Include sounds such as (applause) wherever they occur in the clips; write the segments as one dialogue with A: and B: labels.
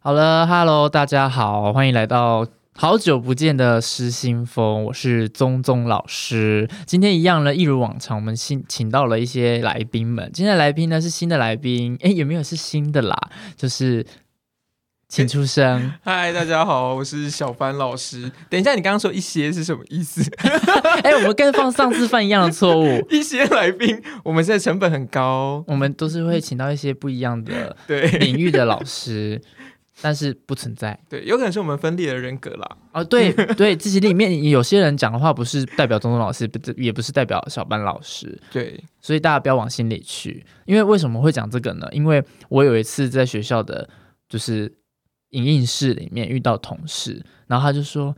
A: 好了，Hello，大家好，欢迎来到好久不见的失心疯，我是宗宗老师。今天一样呢，一如往常，我们新请到了一些来宾们。今天的来宾呢是新的来宾，哎，也没有是新的啦，就是请出声。
B: 嗨，大家好，我是小帆老师。等一下，你刚刚说一些是什么意思？，
A: 哎，我们跟放上次犯一样的错误
B: 一些来宾，我们现在成本很高。
A: 我们都是会请到一些不一样的
B: 对
A: 领域的老师，但是不存在。
B: 对，有可能是我们分裂的人格啦。
A: 哦，对对，自己里面有些人讲的话不是代表中中老师，不也不是代表小班老师，
B: 对，
A: 所以大家不要往心里去。因为为什么会讲这个呢？因为我有一次在学校的就是影印室里面遇到同事，然后他就说。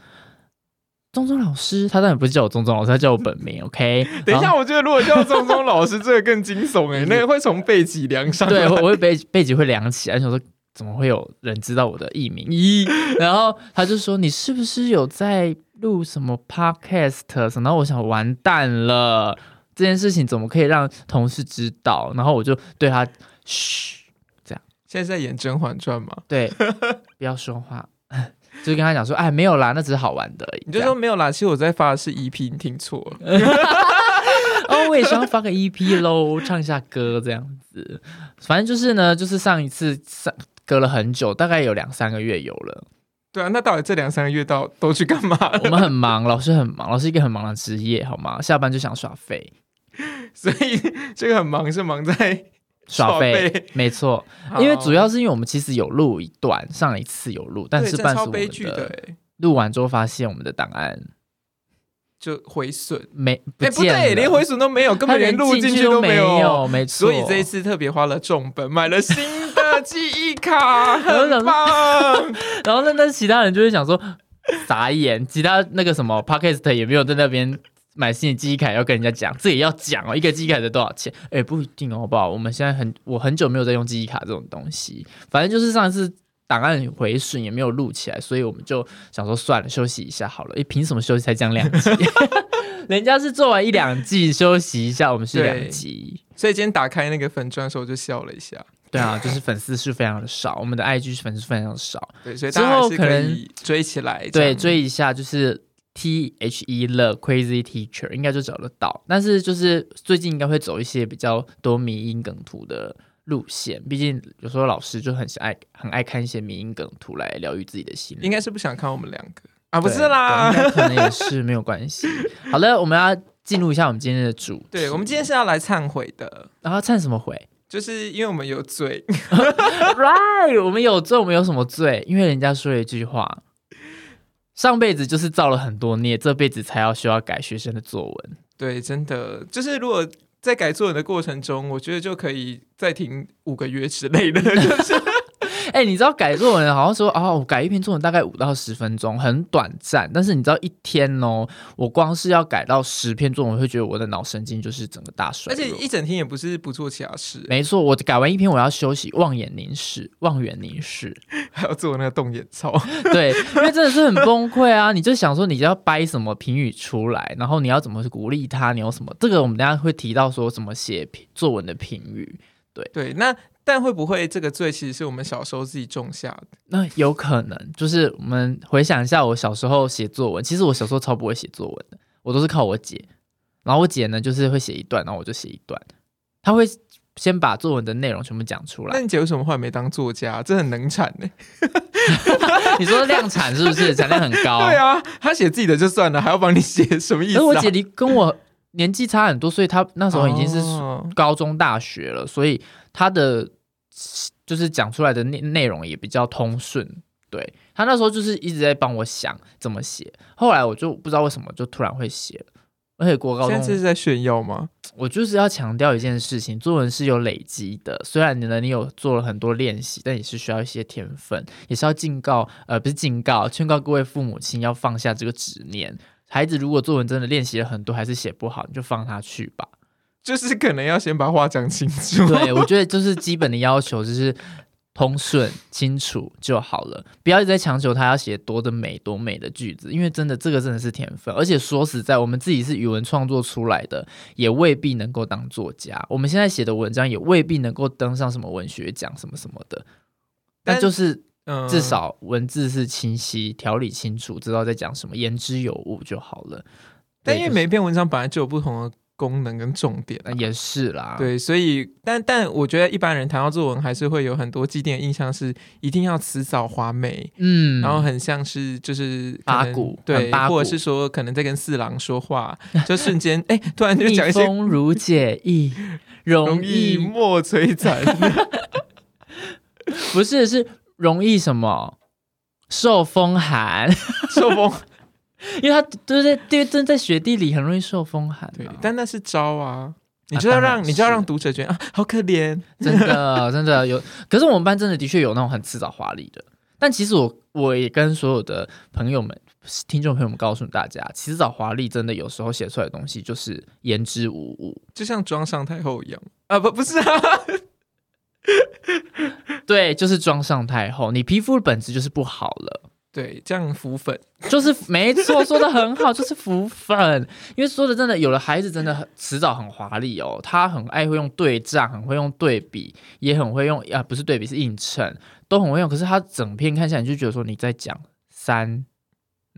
A: 中中老师，他当然不是叫我中中老师，他叫我本名，OK 然后。
B: (laughs) 等一下，我觉得如果叫钟钟老师，这个更惊悚 (laughs) 哎、那个会从背脊梁上。 (laughs)
A: 对，我我会背背脊会凉起来，想说怎么会有人知道我的艺名？咦，然后他就说你是不是有在录什么 podcast 什么？然后我想完蛋了，这件事情怎么可以让同事知道？然后我就对他嘘，
B: 现在是在演《甄嬛传》吗？ (laughs)
A: 对，不要说话， (laughs) 就跟他讲说，哎，没有啦，那只是好玩的而已。
B: 你就
A: 这
B: 说
A: 样
B: 没有啦，其实我在发的是 EP，你听错了。 (laughs)
A: 哦，我也想要发个 EP 喽，唱一下歌这样子。反正就是呢，就是上一次上隔了很久，大概有两三个月有
B: (laughs)
A: 了。
B: 对啊，那到底这两三个月到都去干嘛了？ (laughs)
A: 我们很忙，老师很忙，老师一个很忙的职业，好吗？下班就想耍
B: (laughs)
A: 废，
B: 所以这个很忙是忙在，
A: 耍
B: 废
A: 废，没错。因为主要
B: 是
A: 是因为我们其实有录一段，上一次有录，但是伴随
B: 超
A: 我
B: 悲
A: 们
B: 剧的、欸，
A: 录完之后，发现我们的档案
B: 就毁损。
A: 没不
B: 哎、不
A: 见了，
B: 对，连回损都没有，根
A: 它
B: 本连录
A: 进
B: 去都
A: 没
B: 有。，
A: 没错。
B: 所以这一次特别花了重本，买了新的记忆
A: (laughs)
B: 卡，很
A: 啊
B: 棒。 (laughs)
A: 然后那那其他人就会想说傻眼，其他那个什么 podcast 也没有在那边买新的记忆卡要跟人家讲，这也要讲哦，一个记忆卡才多少钱？哎，不一定哦，好不好？我们现在很我很久没有在用记忆卡这种东西，反正就是上一次。档案回损也没有录起来，所以我们就想说算了，休息一下好了。哎，凭什么休息才讲两集？人家是做完一两季休息一下，我们是两
B: 对
A: 集。
B: 所以今天打开那个粉砖的时候，我就笑了一下。
A: 对啊，就是粉丝是非常的少，我们的 IG 粉丝非常的少。
B: 对，所以
A: 之
B: 大
A: 后
B: 家还是
A: 可
B: 可
A: 能
B: 以追起来。这
A: 对，
B: 样
A: 追一下就是 T H E 了 Crazy Teacher 应该就找得到，但是就是最近应该会走一些比较多迷因梗图的路线，毕竟有时候老师就很喜爱很爱看一些迷因梗图来疗愈自己的心灵。
B: 应该是不想看我们两个啊，
A: 对
B: 不是啦。
A: 对应该可能也是没有关 (laughs) 系。好了，我们要进入一下我们今天的主题。
B: 对，我们今天是要来忏悔的，
A: 然后啊忏什么悔
B: 就是因为我们有
A: (laughs)
B: 罪，(laughs)
A: ？Right，我们有罪，我们有什么罪？因为人家说了一句话。上辈子就是造了很多孽，这辈子才要需要改学生的作文。
B: 对，真的就是如果在改作文的过程中，我觉得就可以再停五个月之类
A: (laughs)
B: 的，就是
A: 哎、你知道改作文好像说哦，我改一篇作文大概五到十分钟，很短暂。但是你知道一天哦，我光是要改到十篇作文，我会觉得我的脑神经就是整个大衰
B: 而且
A: 弱。
B: 一整天也不是不做其他事，
A: 没错，我改完一篇，我要休息，望眼凝视，望远凝视。
B: 还要做那个动眼操。
A: 对，因为真的是很崩溃啊！你就想说你要掰什么评语出来，然后你要怎么鼓励他，你有什么？这个我们等一下会提到说怎么写评作文的评语，
B: 对，那但会不会这个罪其实是我们小时候自己种下的？
A: 那有可能就是我们回想一下我小时候写作文，其实我小时候超不会写作文的，我都是靠我姐。然后我姐呢，就是会写一段，然后我就写一段，她会先把作文的内容全部讲出
B: 那
A: 来。
B: 你姐为什么后来没当作家？这很能产呢、
A: (laughs) 你说量产是不是产量很高？
B: (laughs) 对啊，她写自己的就算了，还要帮你写，什么意
A: 可
B: 思、
A: 是
B: 啊？
A: 我姐离跟我年纪差很多，所以她那时候已经是
B: 哦
A: 高中、大学了，所以她的就是讲出来的内内容也比较通顺。对她那时候就是一直在帮我想怎么写，后来我就不知道为什么就突然会写了，而且国高
B: 现在这
A: 中
B: 是在炫耀吗？
A: 我就是要强调一件事情，作文是有累积的，虽然你呢你有做了很多练习，但也是需要一些天分，也是要警告呃不是警告，劝告各位父母亲要放下这个执念。孩子如果作文真的练习了很多，还是写不好，你就放他去吧。
B: 就是可能要先把话讲清 (laughs) 楚。
A: 对，我觉得就是基本的要求就是通顺清楚就好了，不要一直在强求他要写多的美多美的句子，因为真的这个真的是天分。而且说实在，我们自己是语文创作出来的，也未必能够当作家。我们现在写的文章也未必能够登上什么文学奖什么什么的，
B: 但
A: 但就是
B: 嗯
A: 至少文字是清晰、条理清楚，知道在讲什么，言之有物就好了。
B: 但
A: 对
B: 因为、每一篇文章本来就有不同的功能跟重点
A: 就
B: 啊、
A: 是呃也是啦，，
B: 对，所以但但我觉得一般人谈到作文，还是会有很多既定的印象是一定要辞藻华美，
A: 嗯，
B: 然后很像是就是可
A: 八
B: 能
A: 股很
B: 对，
A: 八
B: 或
A: 股
B: 者是说可能在跟四郎说 (laughs) 话，就瞬间哎、突然就
A: 逆
B: 讲一些
A: 风如解
B: (laughs)
A: 意，容
B: 容易
A: 易
B: 莫摧残。
A: 不是是容易什么受风寒， (laughs)
B: 受风，
A: 因为他就是在对真在雪地里很容易受风寒、啊，
B: (laughs) 对，但那是招啊，你
A: 啊
B: 就要
A: 当然
B: 让、你就要
A: 是
B: 让读者觉得啊，好可怜，
A: 真的真的有，可是我们班真的的确有那种很辞藻华丽的。但其实我我也跟所有的朋友们、听众朋友们告诉大家，辞藻华丽真的有时候写出来的东西就是言之无物。
B: 就像装上太后一样啊，不不是啊，
A: 对，就是装上太后，你皮肤的本质就是不好了。
B: (laughs) 对，这样浮粉，
A: 就是没错，说的很好，就是浮粉。因为说的真的，有的孩子真的很迟早很华丽哦，他很爱会用对仗，很会用对比，也很会用啊，不是对比是映衬，都很会用。可是他整篇看下来，你就觉得说你在讲三，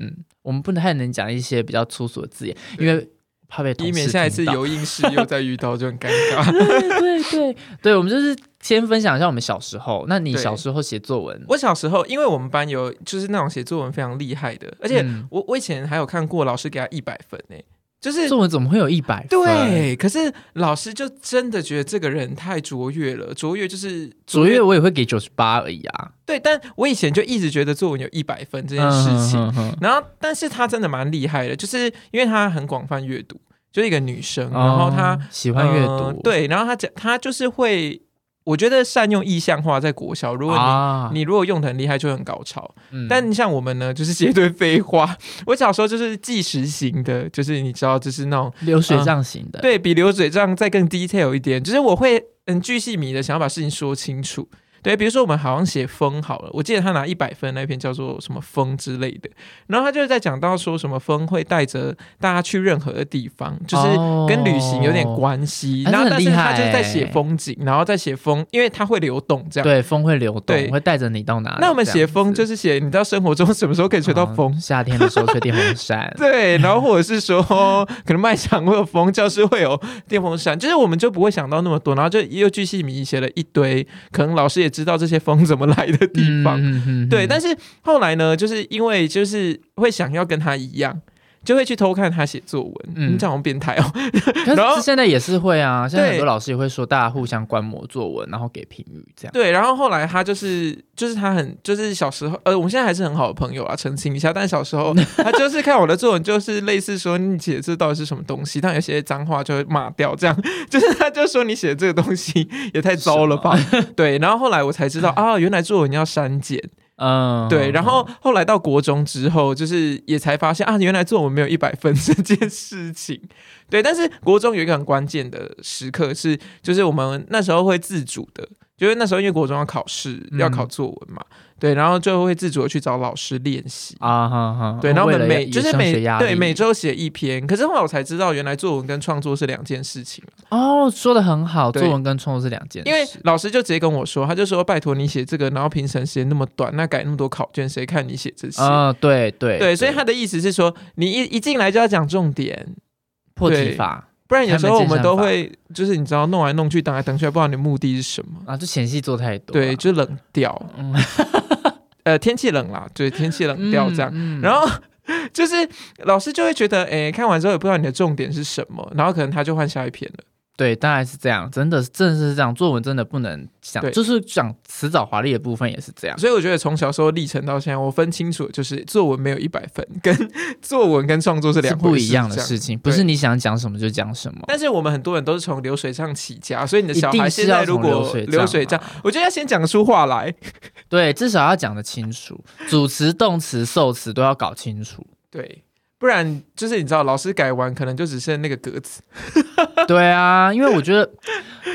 A: 嗯，我们不能太能讲一些比较粗俗的字眼，因为怕被同
B: (laughs) 以
A: 事
B: 免下一次
A: 听到
B: 游吟诗又再遇到就很尴尬。
A: 对对对，我们就是先分享一下我们小时候。那你
B: 对
A: 小时候写作文，
B: (laughs) 我小时候，因为我们班有就是那种写作文非常厉害的，而且
A: 嗯
B: 我我以前还有看过老师给他一百分呢、就是
A: 作文怎么会有一百分？
B: 对，可是老师就真的觉得这个人太卓越了，卓越就是
A: 卓越，我也会给九十八而已啊。
B: 对，但我以前就一直觉得作文有一百分这件事情，
A: 嗯哼哼哼
B: 然后，但是她真的蛮厉害的，就是因为她很广泛阅读，就是一个女生，嗯然后她、
A: 哦喜欢阅读，
B: 呃对，然后她讲，她就是会，我觉得善用意象化在国小，如果你、
A: 啊，
B: 你如果用的很厉害，就会很高超。
A: 嗯
B: 但像我们呢，就是 (laughs) 写一堆废话。我小时候就是纪实型的，就是你知道，就是那种
A: 流水账型的，
B: 对比流水账再更 detail 一点，就是我会嗯巨细靡的想要把事情说清楚。对，比如说我们好像写风好了，我记得他拿一百分那篇叫做什么风之类的，然后他就是在讲到说什么风会带着大家去任何的地方，就是
A: 哦
B: 跟旅行有点关系。
A: 哎
B: 然后
A: 这很
B: 但
A: 厉
B: 是他
A: 害
B: 就是
A: 欸
B: 在写风景，然后再写风，因为它会流动这样。
A: 对，啊风会流动，
B: 对
A: 会带着你到哪里。
B: 那我们写风就是是写你知道生活中什么时候可以
A: 嗯
B: 吹到风，，
A: 夏天的时候吹电风扇
B: (laughs) 对，然后或者
A: (laughs)
B: 是说，可能卖场会有风，教室会有电风扇，就是我们就不会想到那么多，然后就又巨细靡遗写了一堆，可能老师也知道这些风怎么来的地方，
A: 嗯嗯嗯
B: 对。但
A: 是
B: 是后来呢，就是因为就是会想要跟他一样，就会去偷看他写作文，
A: 嗯
B: 你这样好像变态哦，然
A: 可
B: 后
A: 是现在也是会啊，现在很
B: 对
A: 多老师也会说大家互相观摩作文，然后给评语这样。
B: 对，然后后来他就是就是他很就是小时候，呃，我们现在还是很好的朋友啊，澄清一下。但小时候他就是看我的作文，就是类似说你写这到底是什么东西，但有些脏话就会骂掉，这样 (laughs) 就是他就说你写这个东西也太糟了吧？对，然后后来我才知道啊，原来作文要删减。
A: 嗯，
B: (laughs) 对，然后后来到国中之后，就是也才发现啊，原来作文没有一百分这件事情。对，但是国中有一个很关键的时刻是，就是我们那时候会自主的，就是那时候因为国中要考试，
A: 嗯
B: 要考作文嘛，对，然后就会自主的去找老师练习。
A: 啊哈哈，
B: 对，然后
A: 为
B: 我们
A: 了
B: 每
A: 也
B: 就是
A: 升学
B: 每
A: 压
B: 对
A: 力
B: 每周写一篇，可是后来我才知道，原来作文跟创作是两件事情。
A: 哦，说的很好，
B: 对
A: 作文跟创作是两件事，
B: 因为老师就直接跟我说，他就说：“拜托你写这个，然后评审时间那么短，那改那么多考卷，谁看你写这些？”
A: 啊，对对
B: 对，所以他的意思是说，你一一进来就要讲重点，
A: 破题
B: 对
A: 法
B: 不然有时候我
A: 开门见山
B: 们都
A: 法
B: 会就是你知道弄来弄去，挡来挡去，不知道你目的是什么。
A: 啊，就前戏做太多了，
B: 对，就冷掉。
A: 啊嗯
B: (laughs) 呃，天气冷啦，对，天气冷掉这样。
A: 样
B: 然后就是老师就会觉得，哎，看完之后也不知道你的重点是什么，然后可能他就换下一篇了。
A: 对，当然是这样，真的是，真的是这样。作文真的不能讲，
B: 对
A: 就是讲辞藻华丽的部分也是这样。
B: 所以我觉得从小时候历程到现在，我分清楚的就是作文没有一百分，跟 (laughs) 作文跟创作是
A: 是
B: 两
A: 不
B: 回事
A: 一样的
B: 这
A: 事情，不是
B: 对
A: 你想讲什么就讲什么。
B: 但是我们很多人都是从流水账起家，所以你的
A: 一
B: 小
A: 定
B: 孩
A: 是
B: 现
A: 要
B: 在如
A: 从
B: 果
A: 流水账
B: 流水账，我觉得要先讲出话来。
A: 对，至少要讲得清楚，主词、动词、受词都要搞清楚。
B: 对，不然就是你知道，老师改完可能就只剩那个格子。
A: 对啊，因为我觉得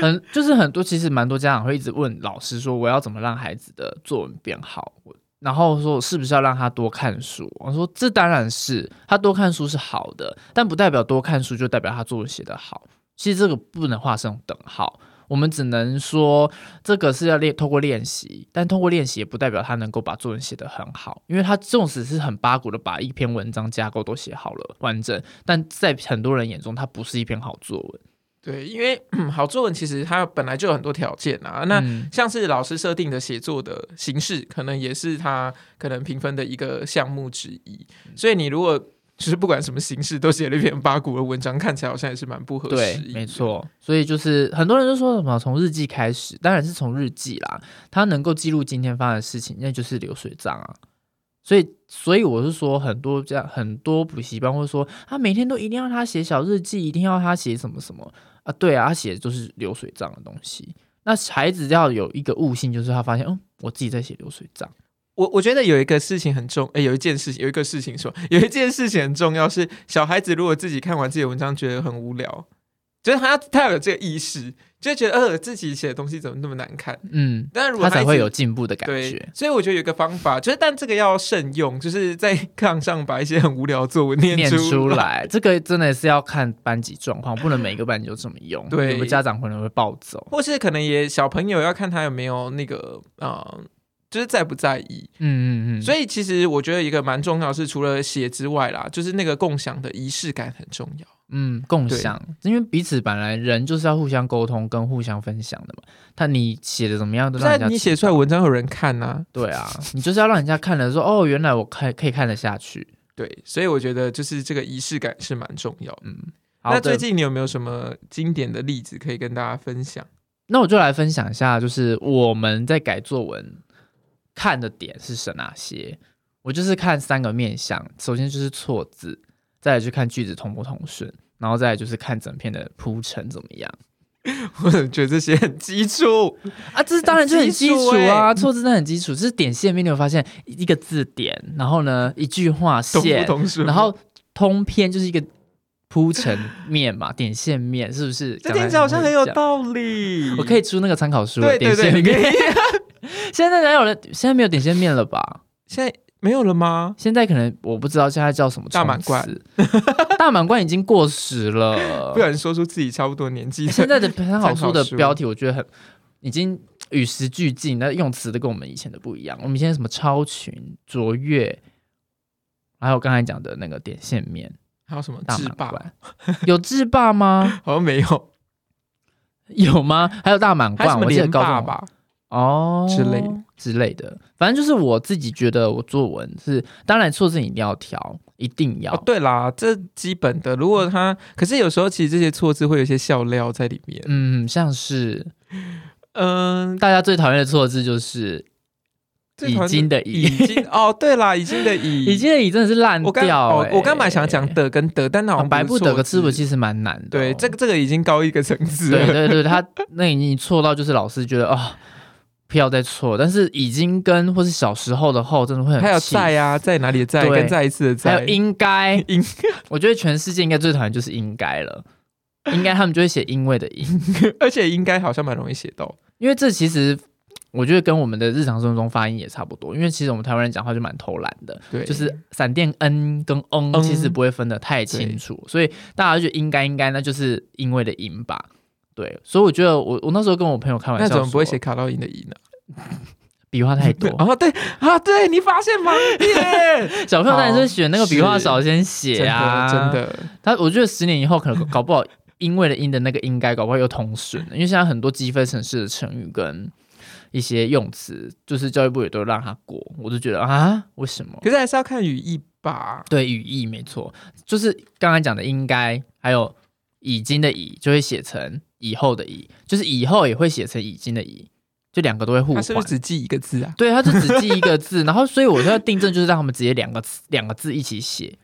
A: 很就是很多，其实蛮多家长会一直问老师说，我要怎么让孩子的作文变好？我然后说是不是要让他多看书？我说这当然是他多看书是好的，但不代表多看书就代表他作文写得好。其实这个不能画上等号。我们只能说这个是要练，透过练习，但通过练习也不代表他能够把作文写得很好，因为他纵使是很八股的把一篇文章架构都写好了完整，但在很多人眼中，它不是一篇好作文。
B: 对，因为、嗯好作文其实它本来就有很多条件啊，那
A: 嗯
B: 像是老师设定的写作的形式，可能也是他可能评分的一个项目之一。所以你如果就是不管什么形式都写了一篇八股的文章，看起来好像也是蛮不合
A: 对
B: 时宜。，
A: 没。错。所以就是很多人就说什么从日记开始，当然是从日记啦，它能够记录今天发生的事情，那就是流水账啊。所以，所以我是说，很多这样很多补习班会说，他每天都一定要他写小日记，一定要他写什么什么啊？对啊，他写的就是流水账的东西。那孩子要有一个悟性，就是他发现，嗯，我自己在写流水账。
B: 我我觉得有一个事情很重，诶，有一件事情，有一个事情说，有一件事情很重要是，小孩子如果自己看完自己的文章觉得很无聊，就是他他要有这个意识，就会觉得呃自己写的东西怎么那么难看。
A: 嗯，
B: 但如果
A: 他才
B: 一直
A: 会有进步的感
B: 对
A: 觉，。
B: 所以我觉得有一个方法，就是但这个要慎用，就是在课堂上把一些很无聊的作文念
A: 念
B: 出
A: 出 (laughs) 来，这个真的是要看班级状况，不能每个班级都这么用。
B: 对
A: 有的家长可能会暴走。
B: 或是可能也小朋友要看他有没有那个呃，就是在不在意。
A: 嗯嗯嗯，
B: 所以其实我觉得一个蛮重要的是，除了写之外啦，就是那个共享的仪式感很重要。
A: 嗯，共
B: 对
A: 享，因为彼此本来人就是要互相沟通跟互相分享的嘛。但你写的怎么样都让人家
B: 但你
A: 知
B: 写出来文章有人看呐、
A: 对啊，你就是要让人家看了说哦，原来我看可以看得下去。
B: 对，所以我觉得就是这个仪式感是蛮重要的。
A: 嗯，好
B: 那
A: 的，
B: 最近你有没有什么经典的例子可以跟大家分享？ (laughs)
A: 那我就来分享一下，就是我们在改作文看的点是什哪些。我就是看三个面向，首先就是错字，再来就看句子通不通顺，然后再来就是看整篇的铺陈怎么样。
B: 我觉得这些很基础。
A: 啊，这当然就很基础
B: 很基础
A: 啊，
B: 欸
A: 错字真的很基础。这是点线面，你有发现一个字典，然后呢一句话
B: 懂不
A: 线，
B: 懂顺？
A: 然后通篇就是一个铺陈面嘛，点线面是不是？
B: 这
A: 讲得
B: 听起来好像很有
A: 像
B: 道理。
A: 我可以出那个参考书，
B: 嗯对对
A: 点线
B: 对，你
A: 面。
B: 可以。
A: (laughs) 现在哪有人？现在没有点线面了吧？
B: 现在没有了吗？
A: 现在可能我不知道现在叫什么
B: 大
A: 冲
B: 满
A: (laughs)
B: 贯
A: 刺，大满贯已经过时了
B: 不。然说出自己差不多年纪的。
A: 呃哎现在的参考书的
B: 参考书
A: 标题，我觉得很已经与时俱进，那用词都跟我们以前的不一样。我们现在什么超群、卓越，还有刚才讲的那个点线面、
B: 还有什么
A: 大
B: 制
A: 满
B: 霸？
A: 贯，有制霸吗？
B: 好像没有，
A: 有吗？还有大满
B: 还有什
A: 贯，
B: 么
A: 我记得
B: 连
A: 高
B: 霸
A: 中
B: 吧？
A: 哦
B: 之类的
A: 之类的，反正就是我自己觉得我作文是，当然错字你一定要调，一定要。
B: 哦，对啦，这基本的。如果他，可是有时候其实这些错字会有一些笑料在里面。
A: 嗯，像是
B: 嗯，
A: 大家最讨厌的错字就是
B: 最
A: 已
B: 讨厌
A: 经的
B: 已
A: 已，
B: 经哦，
A: (laughs)
B: 对啦，已经的已，
A: 已经的已真的是烂
B: 我刚
A: 掉、
B: 哦
A: 欸。
B: 我刚本来想讲的跟的，但那好
A: 讲
B: 像
A: 白
B: 不
A: 不
B: 是
A: 得
B: 错
A: 个
B: 字
A: 字母其实蛮难的哦、
B: 对，这个这个已经高一个层次
A: 对
B: 了。
A: 对对，他那你错到就是老师觉得啊、不要再错，但是已经跟或是小时候的后真的会很
B: (laughs) 还有
A: 气
B: 在啊，在哪里的在，
A: 对
B: 跟再一次的在，
A: 还有应该
B: 应，
A: 我觉得全世界应该最讨厌就是应该了，应该他们就会写因为的因，
B: (laughs) 而且应该好像蛮容易写哦到。
A: 因为这其实。我觉得跟我们的日常生活中发音也差不多，因为其实我们台湾人讲话就蛮偷懒的，
B: 对，
A: 就是闪电 n 跟 n
B: 嗯
A: 其实不会分得太清楚，所以大家就应该应该那就是因为的因吧。对，所以我觉得我我那时候跟我朋友开玩
B: 那
A: 笑说，
B: 怎么不会写卡到音的音呢？
A: 笔画太
B: (laughs)
A: 多？
B: 啊，对啊，对你发现盲
A: (laughs)
B: 点，
A: 小朋友当然是选那个笔画少先写
B: 真
A: 啊，
B: 的真。的，
A: 他我觉得十年以后可能搞 (laughs) 不好，因为的因的那个应该搞不好又通顺了，因为现在很多积分城市的成语跟一些用词，就是教育部也都让他过，我就觉得啊，为什么？
B: 可是还是要看语义吧。
A: 对，语义没错，就是刚才讲的应该，还有已经的已，就会写成以后的以，就是以后也会写成已经的已，就两个都会互
B: 他
A: 换。
B: 是不是只记一个字啊？
A: 对，他就只记一个字， (laughs) 然后所以我就要订正，就是让他们直接两个词两个字一起写，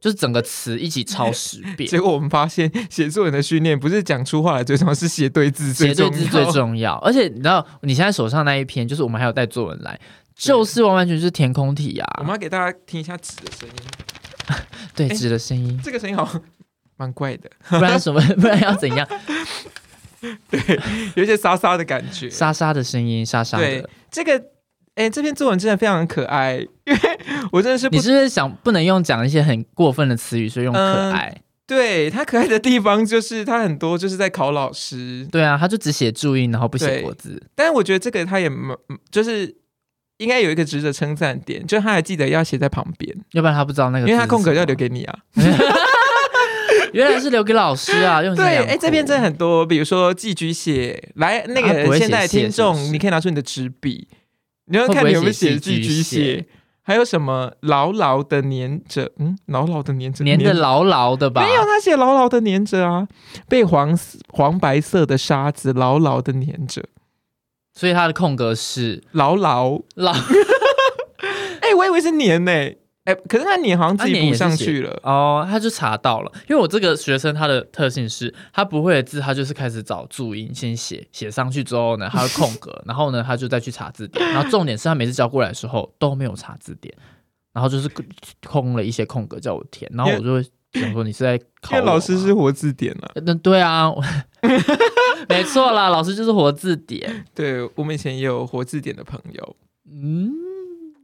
A: 就是整个词一起抄十
B: (laughs)
A: 遍。
B: 结果我们发现，写作文的训练不是讲出话来最重要，是写对字
A: 写
B: 最重
A: 对
B: 要。
A: 字最重要， (laughs) 而且你知道你现在手上那一篇，就是我们还有带作文来，就是完完全全是填空题
B: 我们
A: 啊，
B: 要给大家听一下纸的声音，
A: 对，
B: 哎
A: 纸的声音，
B: 这个声音好像 (laughs) 蛮怪的，
A: 不然什么， (laughs) 不然要怎样？
B: 有一些沙沙的感觉。
A: 沙沙的声音，沙沙
B: 对
A: 的，，
B: 这个哎、这篇作文真的非常可爱， (laughs) 因为我真的是不
A: 你是不是想不能用讲一些很过分的词语，所以用可
B: 嗯
A: 爱？
B: 对他可爱的地方就是他很多就是在考老师，
A: 对啊，他就只写注音，然后不写
B: 对
A: 国字。
B: 但我觉得这个他也蛮就是应该有一个值得称赞点，就是他还记得要写在旁边，
A: 要不然他不知道那个，
B: 因为他空格要留。给你啊。
A: (laughs) 原来是留给老师啊，用
B: 对，哎、
A: 哎，
B: 这边真的很多，比如说寄居蟹，来那
A: 啊不
B: 个
A: 会写
B: 现在的听
A: 蟹是不
B: 众，
A: 是
B: 你可以拿出你的纸笔，你要
A: 会不会
B: 看你有没有
A: 写
B: 写寄
A: 寄居
B: 居蟹
A: 蟹，
B: 还有什么牢牢的粘着，嗯，牢牢的粘着，
A: 粘的牢牢的吧？
B: 没有，他写牢牢的粘着啊，被黄丝黄白色的沙子牢牢的粘着，
A: 所以他的空格是
B: 牢牢。
A: 牢。
B: 哎、我以为是粘呢、哎、可是他粘好像自
A: 他粘
B: 己
A: 也
B: 补
A: 是
B: 上
A: 写
B: 去了。
A: 哦，他就查到了，因为我这个学生他的特性是，他不会的字，他就是开始找注音先写，写上去之后呢，他会空
B: (laughs)
A: 格，然后呢，他就再去查字典，然后重点是他每次交过来的时候都没有查字典，然后就是空了一些空格叫我填，然后我就会想说你啊是在考
B: 因为
A: 我
B: 老师
A: 吗
B: 是活字典啊，
A: 那对啊，
B: (laughs)
A: 我没错啦，老师就是活字典，
B: 对我们以前也有活字典的朋友。
A: 嗯，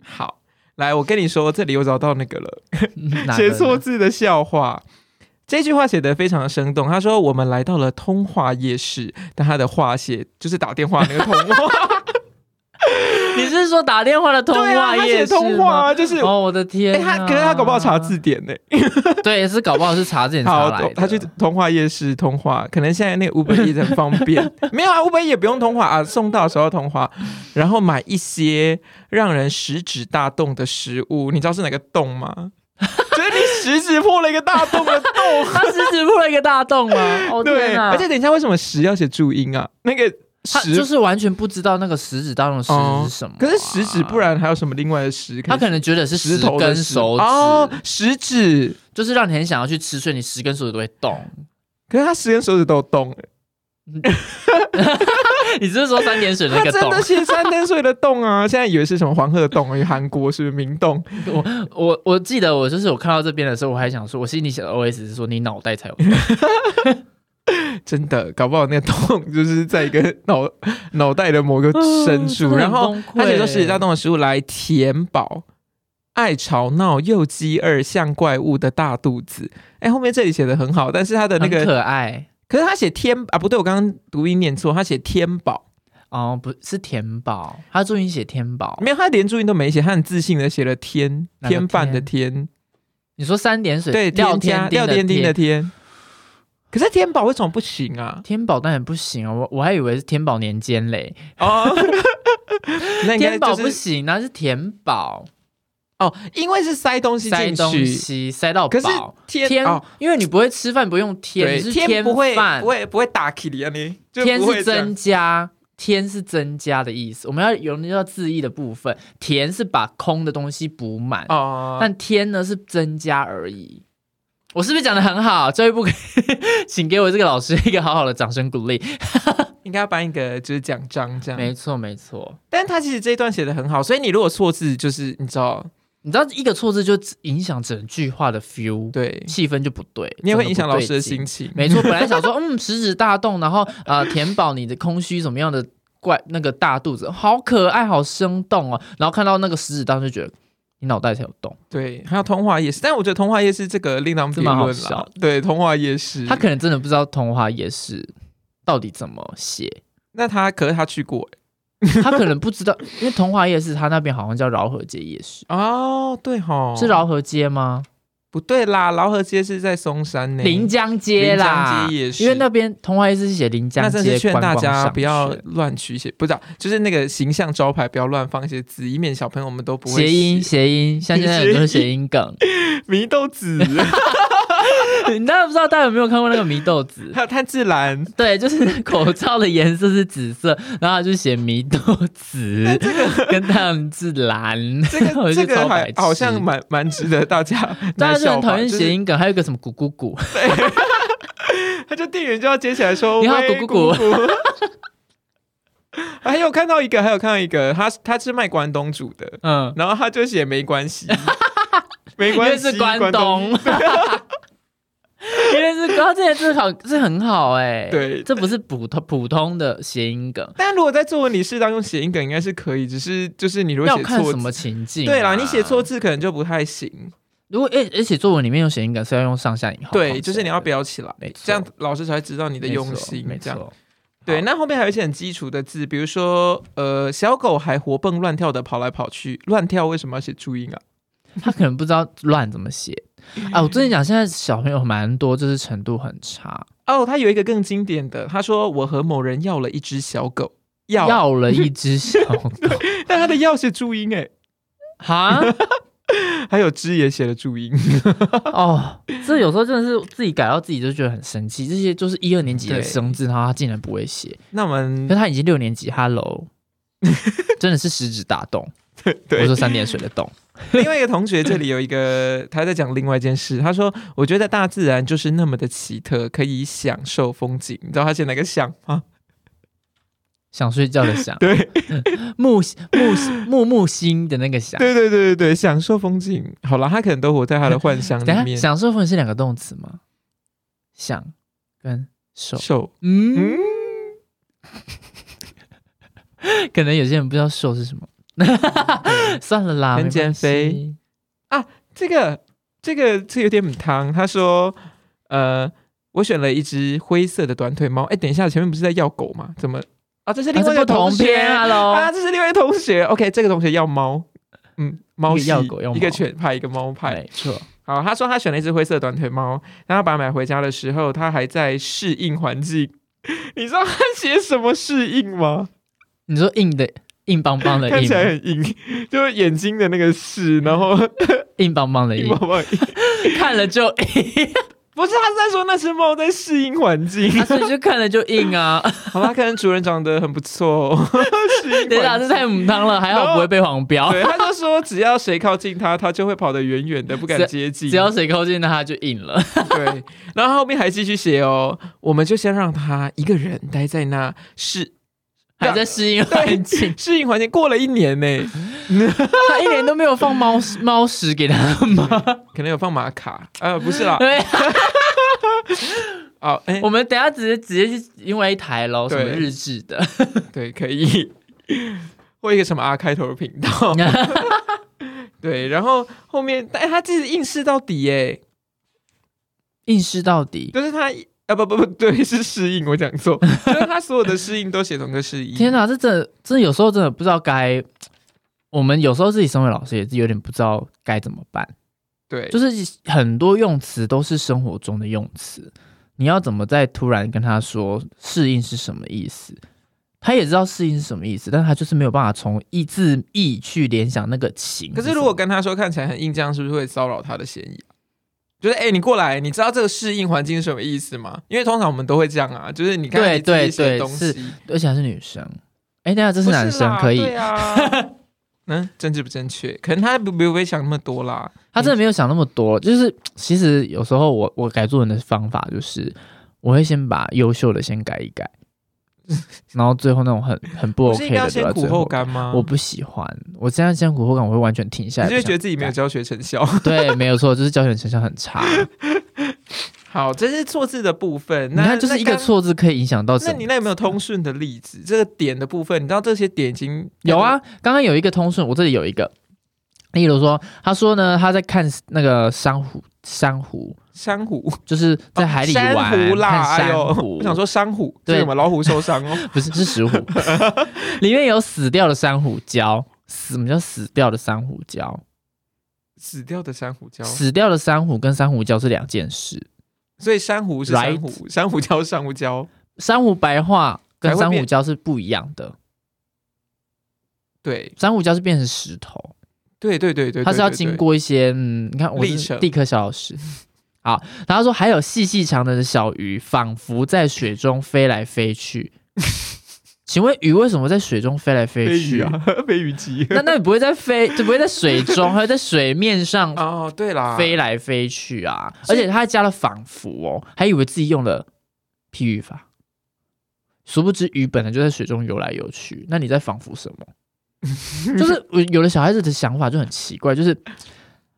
B: 好，来，我跟你说，这里我找到那个了，
A: 哪个
B: 写
A: 呢
B: 错字的笑话。这句话写得非常的生动。他说：“我们来到了通化夜市，但他的话写就是打电话那个
A: (laughs)
B: 通话，
A: 你是说打电话的通
B: 对啊，
A: 话
B: 他写
A: 也是
B: 通话啊，就是。
A: 哦，我的天、
B: 哎、
A: 啊
B: 他可是他搞不好查字典呢、
A: (laughs) 对，是搞不好是查字典查
B: 好
A: 来的。，
B: 他去通化夜市通话，可能现在那个 Uber 也很方
A: (laughs)
B: 便。没有啊，Uber 也不用通话啊，送到的时候通话，然后买一些让人食指大动的食物。你知道是哪个
A: (laughs)
B: 洞吗？就是你食指破了一个大洞的洞。
A: 哦他食指破了一个大洞
B: (laughs)
A: 吗？哦
B: 对，
A: 天啊！
B: 而且等一下，为什么食要写注音啊？那个
A: 他就
B: 食，
A: 是完全不知道那个食指当中的食指是什么啊、
B: 哦可是食指，不然还有什么另外的食？
A: 他可能觉得是
B: 石
A: 十
B: 头的
A: 根
B: 石
A: 手指，
B: 哦，食指。
A: 就是让你很想要去吃，所以你十根手指都会动。
B: 可是他十根手指都有动、欸，
A: (laughs) 你是不是说三点水的
B: 他 (laughs)
A: 那个
B: 真
A: 洞
B: 的？写三天水的洞啊！现在以为是什么黄鹤洞啊，因为韩国是不是明洞？
A: 我我记得我就是我看到这边的时候，我还想说，我心里想的 OS 是说你脑袋才有洞，
B: 真的，搞不好那个洞就是在一个脑脑袋的某个深
A: 真 (laughs) 的
B: 处，
A: 很
B: 然后
A: 崩溃
B: 他写说食指大洞的食物来填饱爱吵闹又饥饿像怪物的大肚子。哎，后面这里写的很好，但是他 (laughs) 的那
A: 很
B: 个，
A: 可爱
B: 可是他写天啊，不对，我刚刚读音念错，他写天宝，
A: 哦，不是填饱，他注音写填饱。
B: 没有，他连注音都没写，他很自信的写了天
A: 哪个
B: 天饭的天，
A: 你说三点水
B: 对，
A: 廖
B: 添加
A: 丁
B: 廖
A: 的
B: 天丁的
A: 天
B: 天。可是天宝为什么不行啊？
A: 天宝当然不行啊，我我还以为是天宝年间嘞，
B: 哦， (laughs) 那应该
A: 天宝
B: 就
A: 不
B: 是
A: 行，那是填饱。
B: 哦，因为是塞东西
A: 塞
B: 进
A: 东
B: 去，
A: 西塞到
B: 可是
A: 饱。
B: 天
A: 天
B: 哦，，
A: 因为你不会吃饭，不用天，
B: 对
A: 你，是
B: 天不会
A: 饭
B: 不，会不会打 k i 啊你，就
A: 天
B: 不会
A: 是
B: 这样
A: 增加，天是增加的意思。我们要有那叫字义的部分，填是把空的东西补满，
B: 哦。
A: 但天呢是增加而已。我是不是讲的很好？教育部可以， (laughs) 请给我这个老师一个好好的掌声鼓励。
B: 应该要颁一个就是奖章这
A: 没
B: 样。
A: 错，没错。
B: 但他其实这一段写的很好，所以你如果错字，就是你知道，
A: 你知道一个错字就影响整句话的 feel，
B: 对，
A: 气氛就不对，
B: 你也
A: 整
B: 会
A: 个
B: 影响
A: 不
B: 老
A: 对
B: 师的
A: 劲
B: 心情。
A: 没错，本来想说， (laughs) 嗯，食指大动，然后呃，填饱你的空虚什么样的怪那个大肚子，好可爱，好生动哦。然后看到那个食指大动，就觉得你脑袋才有动，
B: 对，还有通化夜市，但我觉得通化夜市这个另当
A: 这
B: 别论
A: 蛮好
B: 了
A: 笑。
B: 对，通化夜市，
A: 他可能真的不知道童话夜市到底怎么写，
B: 那他可是他去过
A: 他可能不知道， (laughs) 因为童话夜市他那边好像叫饶河街夜市，
B: 欸哦，对哈，
A: 是饶河街吗？
B: 不对啦，劳合街是在松山呢，
A: 临江街啦
B: 临江，街夜市
A: 因为那边童话夜市是写临江
B: 那真是
A: 街
B: 劝
A: 观
B: 大
A: 光
B: 家
A: 商
B: 不要
A: 圈
B: 乱取写，不知道就是那个形象招牌不要乱放一些字，以免小朋友们都不会
A: 谐音
B: 写。
A: 谐音，像现在很多谐音梗，
B: (laughs) 迷
A: (laughs)
B: 豆子，
A: 你大家不知道大家有没有看过那个迷豆子？
B: 还有炭治郎，
A: 对，就是 (laughs) 口罩的颜色是紫色，然后他就写迷豆紫，跟炭治蓝，
B: 这
A: (laughs) 我
B: 个
A: 觉
B: 这
A: 得
B: 个
A: 超
B: 还
A: 白痴
B: 好像蛮蛮值得
A: (laughs)
B: 大家
A: 大家
B: 来
A: 就
B: 效
A: 很讨
B: 仿，
A: 厌
B: 就
A: 谐
B: 是
A: 音梗，还有一个什么咕咕咕，
B: 他就店员就要接起来
A: (laughs)
B: 说
A: 你好
B: 喂
A: 咕
B: 咕
A: 咕
B: 咕。 (laughs) 还有看到一个，还有看到一个，他他是卖关东煮的，
A: 嗯，
B: 然后他就写没
A: (laughs)
B: 关系，没
A: 因
B: 关
A: 为
B: 系，
A: 是关东，
B: 东
A: 因为是关，这这好这很好哎、
B: 对
A: 这不是普通普通的谐音梗，
B: (laughs) 但如果在作文里适当用谐音梗，应该是可以，只是就是你如果
A: 要
B: 写
A: 看
B: 错
A: 什
B: 字
A: 么情境、啊
B: 对啦，你写错，字可能就不太行。
A: 如果而而且作文里面有谐音梗是要用上下引号，
B: 对，就是你要标起来
A: 没错，
B: 这样老师才会知道你
A: 你
B: 的用心
A: 没。
B: 这样
A: 错，
B: 对，那后面还有一些很基础的字，比如说，呃，小狗还活蹦乱跳的跑来跑去，乱跳为什么要写注音啊？
A: 他可能不知道乱怎么写。啊，我跟你讲，现在小朋友蛮多，就是程度很差，
B: 哦，他有一个更经典的，他说我和某人要了一只
A: (laughs)
B: 小狗，要，
A: 要了一只小狗，
B: 但他的要写注音哎，
A: 哈，
B: 还有只也写了注音， (laughs)
A: 哦，这有时候真的是自己改到自己就觉得很生气。这些就是一二年级的
B: 对
A: 生字，然后他竟然不会写，
B: 那我们
A: 可 (laughs) 是他已经六年级，Hello，真的是食指大动，我
B: (laughs) 对
A: 说三点水的动，
B: 另外一个同学这里有一个，他在讲另外一件事。他说：“我觉得大自然就是那么的奇特，可以享受风景。”你知道他写哪个享吗？
A: 想睡觉的想，
B: (laughs) 对，
A: 木木木木星的那个想。
B: 对对对对对，享受风景。好了，他可能都活在他的幻想
A: (laughs) 等
B: 里
A: 一下，
B: 面。
A: 享受分是两个动词吗？享跟受，
B: 受，
A: 嗯，
B: 嗯，
A: 可能有些人不知道受是什么， (laughs) 算了啦，
B: 嗯跟
A: 没
B: 减
A: 关系
B: 肥这个这个这有点母汤。他说：“呃，我选了一只灰色的短腿猫。”哎，等一下，前面不是在要狗吗？怎么啊？这是
A: 啊
B: 另外一
A: 这
B: 个
A: 不同
B: 学
A: 篇啊喽。
B: 啊，这是另外一个同学。OK，这个同学要猫，嗯，猫
A: 一个
B: 系
A: 要狗要
B: 一个
A: 猫
B: 犬派，一个猫派。
A: 没错，
B: 好，他说他选了一只灰色短腿猫，然后把它买回家的时候，他还在适应环境。 (laughs) 你知道他写什么适应吗？
A: 你说硬的硬邦邦的
B: (laughs) 看
A: 呃硬嗯
B: 起，来很硬，就是眼睛的那个适，然后
A: 硬邦邦的
B: 硬
A: 硬
B: 邦，邦的硬。
A: 看了就硬，
B: 不是，他是在说那只猫在适应环境。
A: (laughs) 啊所以就看了就硬 (laughs) 啊。
B: 好啦，可能主人长得很不错、哦，
A: (laughs)
B: 适应环
A: 等一下，
B: 境
A: 啊这太母汤了，还好不会被黄标。
B: 对，他就说只要谁靠近它，它就会跑得远远的，不敢
A: 只
B: 接近。
A: 只要谁靠近它就硬
B: (laughs)
A: 了。
B: 对，然后后面还继续写哦，我们就先让它一个人待在那适啊
A: 还在适应环境，
B: 适应环境过了一年呢，
A: 他一年都没有放猫屎猫屎给他吗？
B: 可能有放马卡，呃，不是啦，
A: (laughs) 对，啊
B: 哦，哎、
A: 我们等一下直接直接去另外一台喽，什
B: 对
A: 么日志的，
B: 对，可以， (laughs) 或一个什么 R 开头的频道，对，然后后面，但他自己硬试到底，哎，
A: (laughs) 硬试到底。
B: 就是他，啊，不不不对，是适应，我讲
A: (laughs)
B: 错，就是他所有的适应都写成个适应，
A: 天哪，这真的真的有时候真的不知道该，我们有时候自己身为老师也是有点不知道该怎么办，
B: 对，
A: 就是很多用词都是生活中的用词，你要怎么再突然跟他说适应是什么意思？他也知道适应是什么意思，但他就是没有办法从一字意去联想那个情什
B: 可
A: 么。
B: 是如果跟他说看起来很硬，这样是不是会骚扰他的嫌疑啊、就是哎、欸你过来，你知道这个适应环境是什么意思吗？因为通常我们都会这样啊，就是你看
A: 对
B: 你自己
A: 对
B: 写
A: 对
B: 东西，
A: 是而且还是女生，哎、等一下这
B: 不
A: 是男生
B: 啦
A: 可以，
B: 对啊。 (laughs) 嗯，政治不正确，可能他不不会想那么多啦。
A: 他真的没有想那么多，就是其实有时候我我改作文的方法就是，我会先把优秀的先改一改，然后最后那种很很不
B: 不是
A: OK
B: 应
A: 的
B: 该要
A: 留
B: 先
A: 到
B: 苦
A: 最
B: 后
A: 后。
B: 甘吗？
A: 我不喜欢，我现在先苦后感，我会完全停下
B: 你
A: 来。
B: 就会
A: 不
B: 觉
A: 想
B: 得自己没有
A: 改
B: 教学成效。
A: (laughs) 对，没有错，就是教学成效很差。
B: 好，这是错字的部分。
A: 你
B: (laughs) 那
A: 看，就是一个。错字可以影响到
B: 那刚
A: 整
B: 那。你那有没有通顺的例子？这个点的部分，你知道这些点已经嗯
A: 有啊，刚刚有一个通顺，我这里有一个。例如说，他说呢，他在看那个珊瑚，珊瑚
B: 珊瑚
A: 就是在海里玩，
B: 哦珊瑚啦，
A: 看
B: 哎呦，
A: 珊 (laughs) 瑚。
B: 我想说珊瑚，
A: 对
B: 这什么老虎受伤哦，
A: 不是是
B: (laughs)
A: 石虎，里面有死掉的珊瑚礁。死什么叫死掉的珊瑚礁？
B: 死掉的珊瑚礁，
A: 死掉的珊瑚跟珊瑚礁是两件事。
B: 所以珊瑚是珊
A: Right
B: 瑚，珊瑚礁是珊瑚礁，
A: 珊瑚白化跟
B: 才会
A: 珊瑚
B: 变
A: 礁是不一样的，
B: 对
A: 珊瑚礁是变成石头，
B: 对对对对，
A: 它是要
B: 对对
A: 经过一些嗯，你看我
B: 历
A: 是
B: 程
A: 地科小老师。 (laughs) 好，然后说还有细细长长的小鱼，仿佛在水中飞来飞去。请问鱼为什么在水中飞来飞
B: 飞
A: 去
B: 鱼？啊， (laughs) 飞鱼机，
A: 那那也不会在飞，就不会在水中，还会在水面上
B: 哦，对啦，
A: 飞来飞去啊，
B: 所
A: 而
B: 以
A: 且他还加了仿佛哦，还以为自己用了譬喻法，殊不知鱼本来就在水中游来游去，那你在仿佛什
B: (laughs)
A: 么？就是我有的小孩子的想法就很奇怪，就是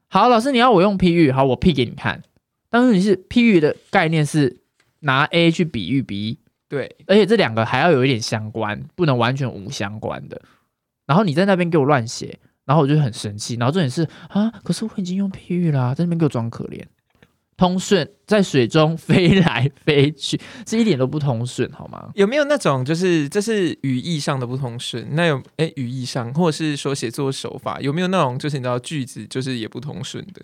A: 好老师你要我用譬喻，好我 P 给你看，但是你是譬喻的概念是拿 A 去比喻 B，
B: 对，
A: 而且这两个还要有一点相关，不能完全无相关的。然后你在那边给我乱写，然后我就很生气，然后重点是啊，可是我已经用譬喻啦，在那边给我装可怜。通顺在水中飞来飞去，是一点都不通顺，好吗？
B: 有没有那种就是这是语义上的不通顺？那有哎、语义上，或者是说写作手法，有没有那种就是你知道句子就是也不通顺的？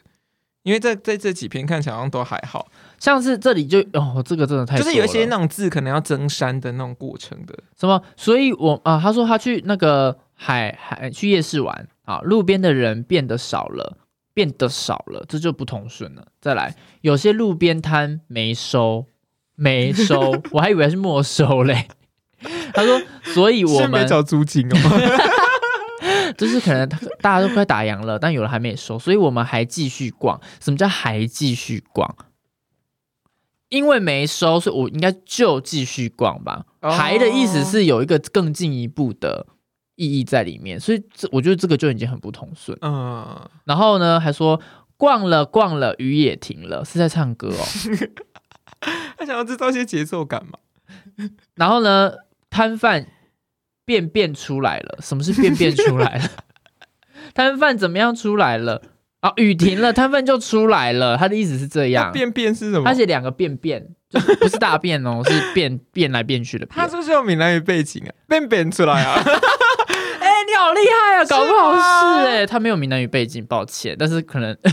B: 因为在在这几篇看起来好像都还好，
A: 像是这里就哦，这个真的太
B: 就是有
A: 多
B: 一
A: 了
B: 些那种字可能要增删的那种过程的。
A: 什么？所以我啊、他说他去那个海海去夜市玩啊，路边的人变得少了，变得少了，这就不通顺了。再来，有些路边摊没收，没收，我还以为是没收嘞。他说，所以我
B: 是没
A: 们
B: 缴租金哦，
A: (laughs) 就是可能大家都快打烊了，但有人还没收，所以我们还继续逛。什么叫还继续逛？因为没收，所以我应该就继续逛吧。
B: 哦
A: 还的意思是有一个更进一步的意义在里面，所以这我觉得这个就已经很不通顺。
B: (laughs) 嗯，
A: 然后呢，还说逛了逛了，雨也停了，是在唱歌哦。
B: 他想要制造一些节奏感嘛？
A: 然后呢，摊贩便便出来了。什么是便便出来了？ (laughs) 摊贩怎么样出来了？啊，雨停了，摊贩就出来了。他的意思是这样，
B: 便便是什么
A: 他？写两个便便，就是不是大便 (laughs) 哦，是便便来便去的便
B: 他。是不是有闽南语背景啊？便便出
A: (laughs)
B: 来啊？
A: 哎、你好厉害啊，搞不好
B: 是吗
A: 是哎、他没有闽南语背景，抱歉，但是可能。 (laughs)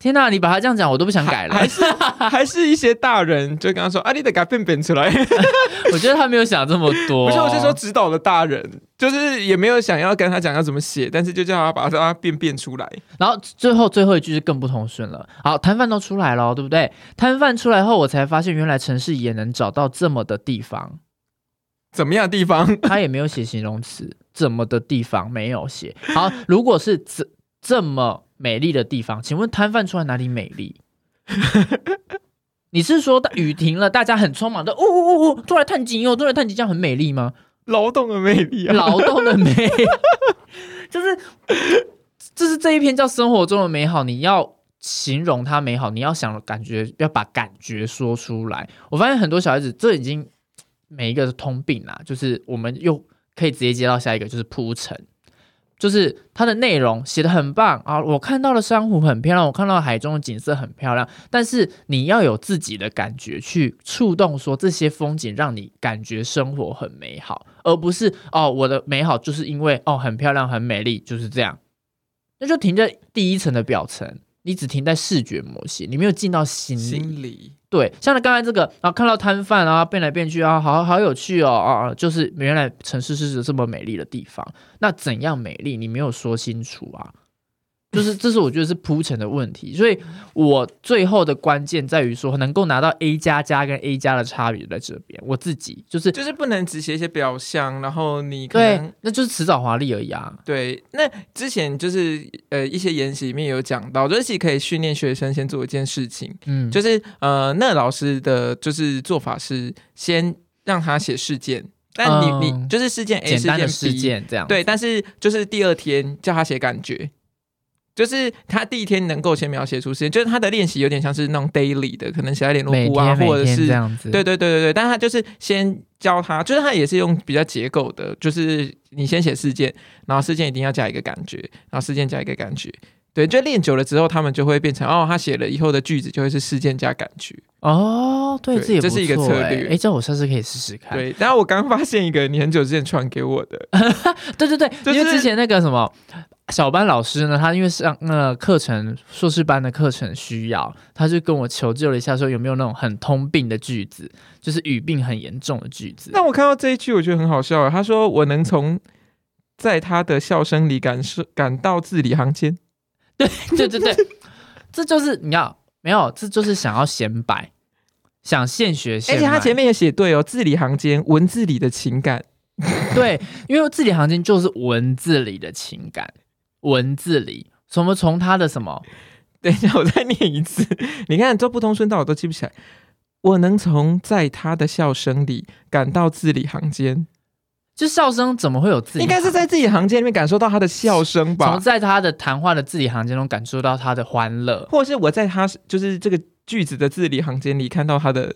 A: 天呐、你把他这样讲，我都不想改了。
B: 还是还是一些大人就跟他说啊，你得给他便便出来。
A: 我觉得他没有想这么多。
B: 不是，我是说指导的大人，就是也没有想要跟他讲要怎么写，但是就叫他把它变变出来。
A: 然后最后最后一句是更不通顺了。好，摊贩都出来了哦，对不对？摊贩出来后，我才发现原来城市也能找到这么的地方。
B: 怎么样的地方？
A: 他也没有写形容词，怎么的地方没有写。好，如果是这这么美丽的地方，请问摊贩出来哪里美丽？你是说大雨停了，大家很匆忙的，呜呜呜呜，出来探景哟，出来探景，这样很美丽吗？
B: 劳动的魅力啊！
A: 劳动的美， (laughs) 就是就是这一篇叫生活中的美好，你要形容它美好，你要想感觉，要把感觉说出来。我发现很多小孩子这已经每一个通病啦，就是我们又可以直接接到下一个，就是铺陈。就是它的内容写的很棒啊，我看到了珊瑚很漂亮，我看到海中的景色很漂亮，但是你要有自己的感觉去触动，说这些风景让你感觉生活很美好，而不是哦，我的美好就是因为哦很漂亮、很美丽，就是这样。那就停在第一层的表层，你只停在视觉模型，你没有进到心里。
B: 心理
A: 对，像刚才这个，然后看到摊贩啊变来变去啊，好好有趣哦啊，啊就是原来城市是这么美丽的地方。那怎样美丽，你没有说清楚啊？就是这是我觉得是铺陈的问题，所以我最后的关键在于说，能够拿到 A 加加跟 A 加的差别在这边。我自己就是
B: 就是不能只写一些表象，然后你可
A: 对
B: 能，
A: 那就是迟早华丽而已啊。
B: 对。那之前就是呃一些研习里面有讲到，就是其实可以训练学生先做一件事情，
A: 嗯，
B: 就是呃那老师的就是做法是先让他写事件，但你、
A: 嗯
B: 你就是事件 A
A: 简单的
B: 事
A: 事
B: 件 B，
A: 件这样。
B: 对，但是就是第二天叫他写感觉，就是他第一天能够先描写出时间，就是他的练习有点像是那种 daily 的，可能写在联络
A: 每
B: 簿啊，
A: 天
B: 或
A: 每
B: 者
A: 天
B: 是
A: 这样子。
B: 对对对对对，但他就是先教他，就是他也是用比较结构的，就是你先写事件，然后事件一定要加一个感觉，然后事件加一个感觉。对，就练久了之后，他们就会变成哦，他写了以后的句子就会是事件加感觉。
A: 哦，对，
B: 对
A: 这也
B: 这
A: 不
B: 是一个
A: 错
B: 策
A: 欸
B: 略
A: 哎，这我下次可以试试看。
B: 对，然后我刚发现一个你很久之前传给我的，
A: 对对对，
B: 就是
A: 因为之前那个什么小班老师呢，他因为上那课程硕士班的课程需要，他就跟我求救了一下，说有没有那种很通病的句子，就是语病很严重的句子。
B: 但我看到这一句，我觉得很好笑啊。他说：“我能从在他的笑声里感受感到字里行间。
A: 对对对，这就是你要没有，这就是想要显摆，想现学”现
B: 而
A: 卖。
B: 且他前面也写对哦，字里行间，文字里的情感。
A: 对，因为字里行间就是文字里的情感，文字里什么从他的什么
B: 等一下，我再念一次。你看，这不通顺道我都记不起来。我能从在他的笑声里感到字里行间，
A: 就笑声怎么会有字？
B: 应该是在字里行间里面感受到他的笑声吧
A: 从，在他的谈话的字里行间中感受到他的欢乐。
B: 或是我在他就是这个句子的字里行间里看到他的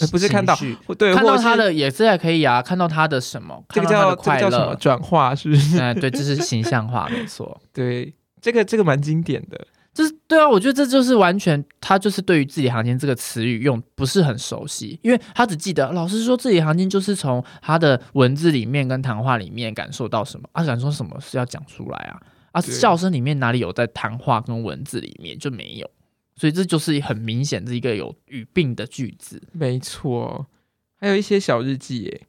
B: 呃不是看到
A: 情绪
B: 或对，
A: 看到
B: 或者是
A: 他的也是还可以啊，看到他的什么，
B: 这
A: 看
B: 个
A: 到他的快
B: 叫这个叫什么
A: 乐，
B: 转化，是不是？
A: 嗯，对，这是形象化，没错。
B: 对，这个这个蛮经典的。
A: 就是对啊，我觉得这就是完全他就是对于字里行间这个词语用不是很熟悉，因为他只记得老师说字里行间就是从他的文字里面跟谈话里面感受到什么，啊，感受什么是要讲出来啊，啊，
B: 对
A: 笑声里面哪里有在谈话跟文字里面就没有，所以这就是很明显是一个有语病的句子。
B: 没错，还有一些小日记耶。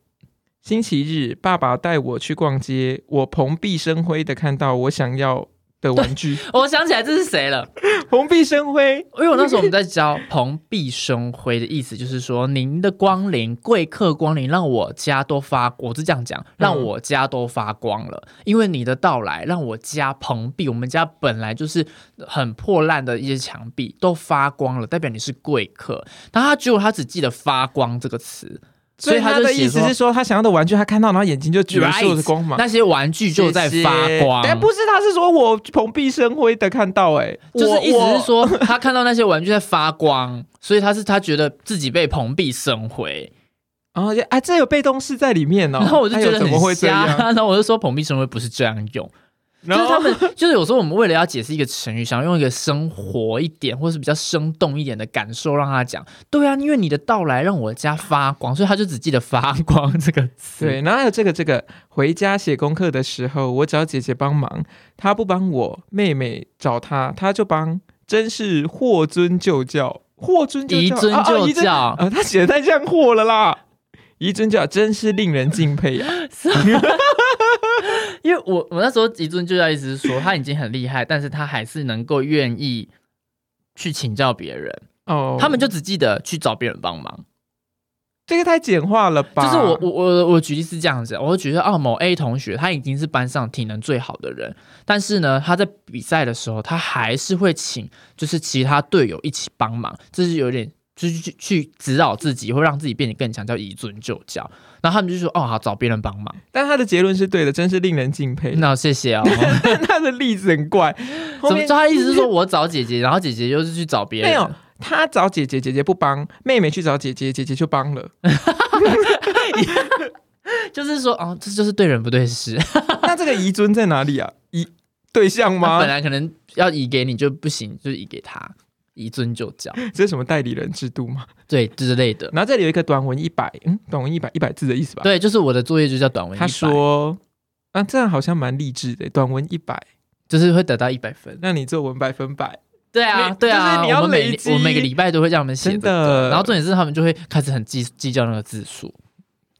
B: 星期日，爸爸带我去逛街，我蓬荜生辉的看到我想要的玩具。
A: 哦我想起来这是谁了。
B: (laughs) 蓬荜生辉，
A: 因为我那时候我们在教“蓬荜生辉”的意思，就是说您的光临、贵客光临，让我家都发，我是这样讲，
B: 嗯
A: 让我家都发光了。因为你的到来，让我家蓬荜，我们家本来就是很破烂的一些墙壁都发光了，代表你是贵客。但他结果他只记得“发光”这个词，所
B: (laughs) 所
A: 以
B: 以
A: 他
B: 他
A: 就
B: 的
A: 写
B: 意思
A: 说
B: 是说，他想要的玩具，他看到，然后眼睛就觉得所有的光芒。 (laughs)
A: 那些玩具就在发光。
B: 谢谢但不是，他是说我蓬荜生辉的看到、哎，
A: 就是
B: 我
A: 意思是，说，他看到那些玩具在发光，所以他是他觉得自己被蓬荜生辉。
B: 我哦，就啊，这有被动式在里面哦。
A: 然后我就觉
B: 哎
A: 得
B: 呦怎
A: 很
B: 么会这
A: 瞎，
B: (laughs) 样？
A: 然后我就说蓬荜生辉不是这样用，就
B: 然
A: 是
B: 后
A: 他们就是有时候我们为了要解释一个成语，想要用一个生活一点或是比较生动一点的感受让他讲。对啊，因为你的到来让我家发光，所以他就只记得发光这个词。
B: 对，然后还有这个这个，回家写功课的时候，我找姐姐帮忙，她不帮我，妹妹找她，她就帮，真是货尊就教，货尊就教，
A: 移尊
B: 啊啊
A: 就
B: 移尊
A: 教，
B: 啊，他写的太像货了啦。移尊教真是令人敬佩啊
A: (laughs)
B: 呀、
A: 因为我我那时候移尊就教意思是说他已经很厉害，但是他还是能够愿意去请教别人。
B: 哦，
A: 他们就只记得去找别人帮忙。
B: 这个太简化了吧？
A: 就是我我我我举例是这样子，我会觉得哦，某 A 同学他已经是班上体能最好的人，但是呢，他在比赛的时候，他还是会请就是其他队友一起帮忙，这是有点就是去去指导自己，会让自己变得更强，叫以尊就教。然后他们就说哦，好找别人帮忙，
B: 但他的结论是对的，真是令人敬 (laughs) 佩。
A: 那谢谢哦。
B: 但他的例子很怪，后
A: 怎么？
B: 面
A: 就他意思是说我找姐姐，然后姐姐又是去找别人，
B: 没有他找姐姐，姐姐不帮，妹妹去找姐姐，姐姐就帮了。
A: 就是说哦，这就是对人不对事。
B: (laughs) 那这个遗尊在哪里啊？遗对象
A: 他
B: 吗
A: 本？来可能要移给你就不行，就移给他，以尊就教，
B: 这是什么代理人制度吗？
A: 对之类的。
B: 然后这里有一个短文一百，嗯，短文一百一百字的意思吧？
A: 对，就是我的作业就叫短文100，
B: 他说，啊，这样好像蛮励志的，短文一百，
A: 就是会得到一百分。
B: 让你作文百分百。
A: 对啊，
B: 你
A: 对啊，
B: 就是你要
A: 我们每
B: 累积
A: 我每个礼拜都会叫他们写
B: 真
A: 这个
B: 的
A: 然后重点是他们就会开始很计计较那个字数，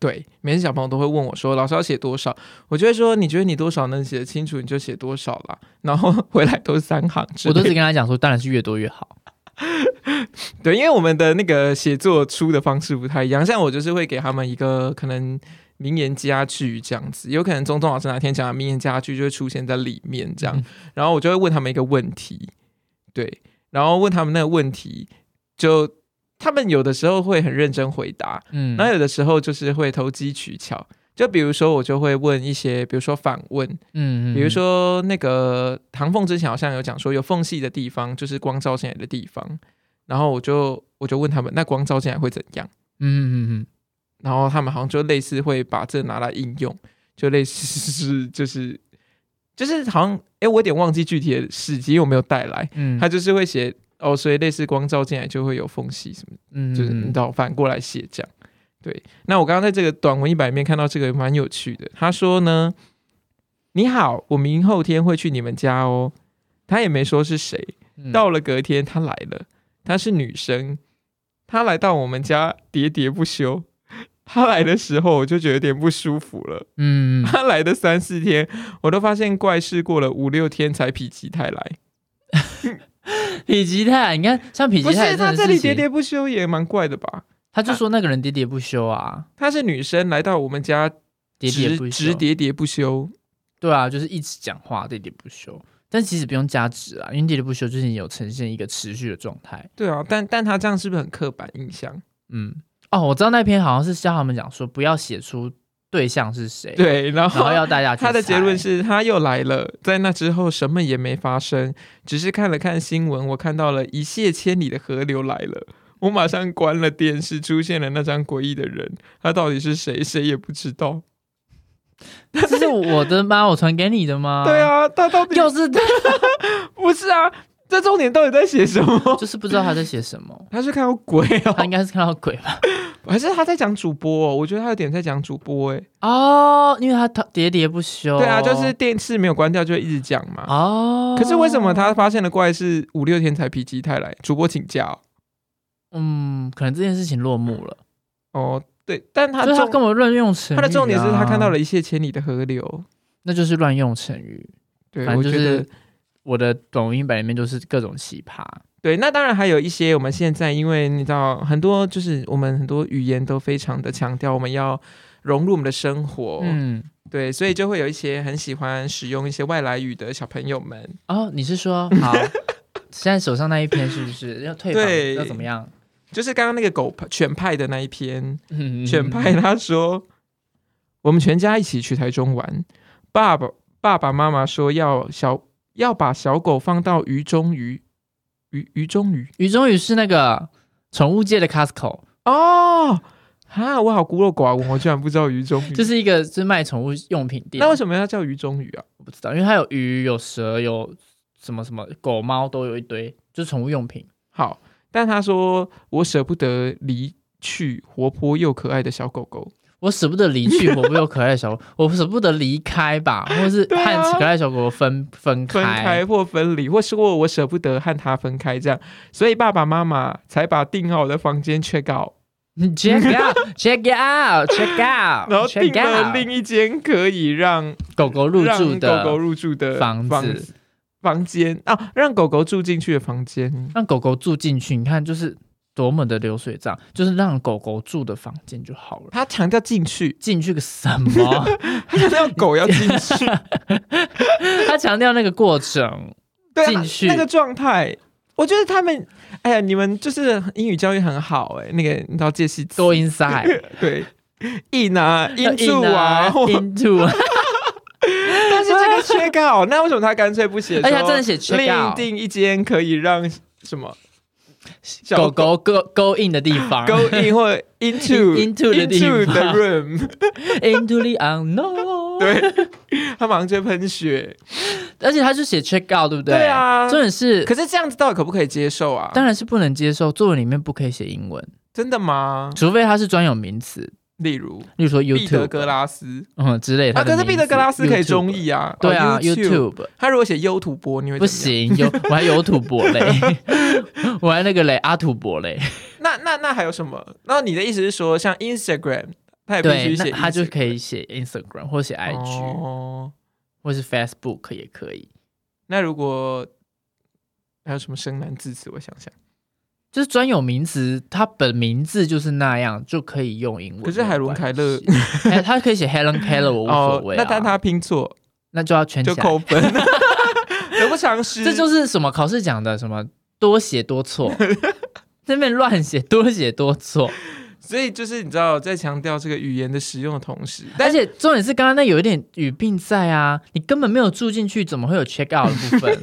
B: 对，每次小朋友都会问我说：“老师要写多少？”我就会说：“你觉得你多少能写得清楚，你就写多少啦。”然后回来都是三行之
A: 我
B: 类的，
A: 都是跟他讲说，当然是越多越好。
B: 对，因为我们的那个写作出的方式不太一样，像我就是会给他们一个可能名言佳句这样子，有可能中中老师哪天讲的名言佳句就会出现在里面这样，
A: 嗯
B: 然后我就会问他们一个问题，对，然后问他们那个问题，就他们有的时候会很认真回答，
A: 嗯，
B: 然后有的时候就是会投机取巧，就比如说我就会问一些，比如说反问，
A: 嗯，嗯
B: 比如，说那个唐凤之前好像有讲说，有缝隙的地方就是光照进来的地方，然后我就我就问他们，那光照进来会怎样？
A: 嗯嗯嗯
B: 然后他们好像就类似会把这拿来应用，就类似是就是就是好像哎，我有点忘记具体的事迹，因为我没有带来，
A: 嗯嗯，
B: 他就是会写哦，所以类似光照进来就会有缝隙什么的。
A: 嗯
B: 就是你知道反过来写这样。对，那我刚刚在这个短文一百面看到这个蛮有趣的，他说呢：“你好，我明后天会去你们家哦。”他也没说是谁。
A: 嗯
B: 到了隔天，他来了，她是女生，她来到我们家喋喋不休。她来的时候，我就觉得有点不舒服了。
A: 嗯，嗯嗯
B: 她来的三四天，我都发现怪事过了五六天才否极泰来。
A: 否极泰来，你看像否极
B: 不
A: 泰来
B: 是，她
A: 这
B: 这
A: 种
B: 里
A: 事
B: 喋
A: 情，
B: 喋不休也蛮怪的吧？
A: 他就说那个人喋喋不休啊，
B: 她是女生来到我们家
A: 喋喋不
B: 直
A: 休，
B: 喋喋不休。
A: 对啊，就是一直讲话喋喋不休，但其实不用加值啊，因为喋喋不休就是你有呈现一个持续的状态。
B: 对啊，但但他这样是不是很刻板印象？
A: 嗯，哦，我知道那篇好像是教他们讲说不要写出对象是谁，，
B: 对，然
A: 然后
B: 后
A: 要大家去
B: (laughs) 他的结论
A: 猜，
B: 是他又来了，在那之后什么也没发生，只是看了看新闻，我看到了一泻千里的河流来了，我马上关了电视，出现了那张诡异的人，他到底是谁，谁也不知道。 (laughs)
A: 这是我的吗？我传给你的吗？
B: 对，啊，他到底
A: 又是他，
B: 不是啊？这重点到底在写什么？
A: (laughs)
B: (laughs)
A: 就是不知道他在写什么。
B: 他是看到鬼
A: 他
B: 哦， (laughs)
A: 应该是看到鬼吧？
B: 还是他在讲主播、哦？我觉得他有点在讲主播哎、
A: 哦，因为他他喋喋不休。
B: 对啊，就是电视没有关掉就会一直讲嘛。
A: 哦。
B: 可是为什么？他发现的怪是五六天才否极泰来？主播请假哦。
A: 嗯，可能这件事情落幕了。
B: 哦对，但他
A: 就是他
B: 重
A: 跟我乱用成语、啊
B: 他的重点是他看到，了一泻千里的河流。
A: 那就是乱用成语。
B: 对，
A: 反正
B: 我
A: 就
B: 觉
A: 是
B: 得
A: 我的抖音版里面就是各种奇葩。
B: 对。那当然还有一些我们现在，因为你知道很多就是我们很多语言都非常的强调我们要融入我们的生活，
A: 嗯，
B: 对，所以就会有一些很喜欢使用一些外来语的小朋友们。
A: 哦，你是说 (laughs) 好？现在手上那一篇是不是要退
B: 对
A: 房？要怎么样？
B: 就是刚刚那个狗派犬派的那一篇，
A: 嗯
B: 犬派他说，我们全家一起去台中玩，爸爸爸爸妈妈说要小要把小狗放到鱼中鱼鱼鱼中鱼
A: 于中宇是那个宠物界的 Costco，
B: 哦，哈，我好孤陋寡闻，我居然不知道鱼中鱼，
A: 就是一个是卖宠物用品店。
B: 嗯那为什么要叫鱼中鱼啊？
A: 我不知道，因为它有鱼、有蛇、有什么什么狗、猫都有一堆，就是宠物用品。
B: 好，但他说我舍不得离去活泼又可爱的小狗狗，
A: 我舍不得离去活泼又可爱的小
B: (laughs)
A: 狗，我舍不得离开吧，或者是
B: 对啊
A: 和可爱小狗分分开。
B: 分开或分离，或是或我舍不得和它分开这样，所以爸爸妈妈才把订好的房间 check out，
A: Check out, check out, check out，
B: 然后订
A: check
B: 了
A: out
B: 另一间可以让
A: 狗狗啊入住
B: 让
A: 的
B: 狗狗入住的
A: 房
B: 房
A: 子，
B: 房间啊，让狗狗住进去的房间。
A: 让狗狗住进去。你看，就是多么的流水账，就是让狗狗住的房间就好了。
B: 他强调
A: (laughs)
B: 进去，
A: 进去个什
B: (laughs)
A: 么？
B: 他强调狗要进
A: (laughs)
B: 去，
A: 他强调那个过程，
B: 对啊，
A: 进去
B: 那个状态，我觉得他们，哎呀，你们就是英语教育很好哎、那个你知道介系词
A: 多 inside，
B: 对
A: (laughs)
B: ，in 啊，into 啊，或
A: into，
B: (laughs) 但是这个 check out，那为什么他干脆不写？
A: 而且他真的写 check
B: 另
A: out
B: 定一间可以让什么小
A: 狗狗 go go in 的地
B: (laughs)
A: 方
B: go in 或 into
A: In- (laughs) into 的地
B: into
A: 方
B: the
A: (laughs)
B: room， (laughs)
A: into the unknown。
B: 对，他马上就喷血。
A: 而且他就写 check out，对不对？
B: 对啊
A: 重点是，
B: 可是这样子到底可不可以接受啊？
A: 当然是不能接受，作文里面不可以写英文，
B: 真的吗？
A: 除非它是专有名词，
B: 例如
A: 例如说 YouTube
B: 毕德格拉斯
A: 嗯之类的。
B: 啊，
A: 它的
B: 可
A: 名
B: 是毕
A: 字
B: 德格拉斯可以
A: YouTube
B: 中意啊，
A: 对啊
B: 哦 YouTube。
A: ，YouTube
B: 他如果写优土博，你会
A: 不
B: 怎么样？
A: 行，有 (laughs) 我还有土博
B: (laughs)
A: 嘞，我还那个嘞阿土博嘞，
B: 那那那还有什么？那你的意思是说，像 Instagram，他也必
A: 对
B: 须，
A: 那
B: 写 Instagram，
A: 他就可以写 Instagram 或写 IG
B: 哦
A: 或是 Facebook 也可以，
B: 那如果还有什么生难字词，我想
A: 啊
B: 想。
A: 就是专有名词，它本名字就是那样，就可以用英文。
B: 可是海伦凯勒
A: 没有关系，哎 (laughs) 他可以写 Helen Keller，我无所谓啊。
B: 哦那但他拼错
A: 那就要圈起
B: 就
A: 来
B: 扣分， (laughs) 得不偿失。啊
A: 这就是什么考试讲的什么多写多
B: (laughs)
A: 错，这边乱写多写多错，
B: 所以就是你知道，在强调这个语言的使用的同时，
A: 而
B: 但
A: 且重点是刚刚那有一点语病在啊，你根本没有住进去，怎么会有 check out 的部
B: (laughs)
A: 分？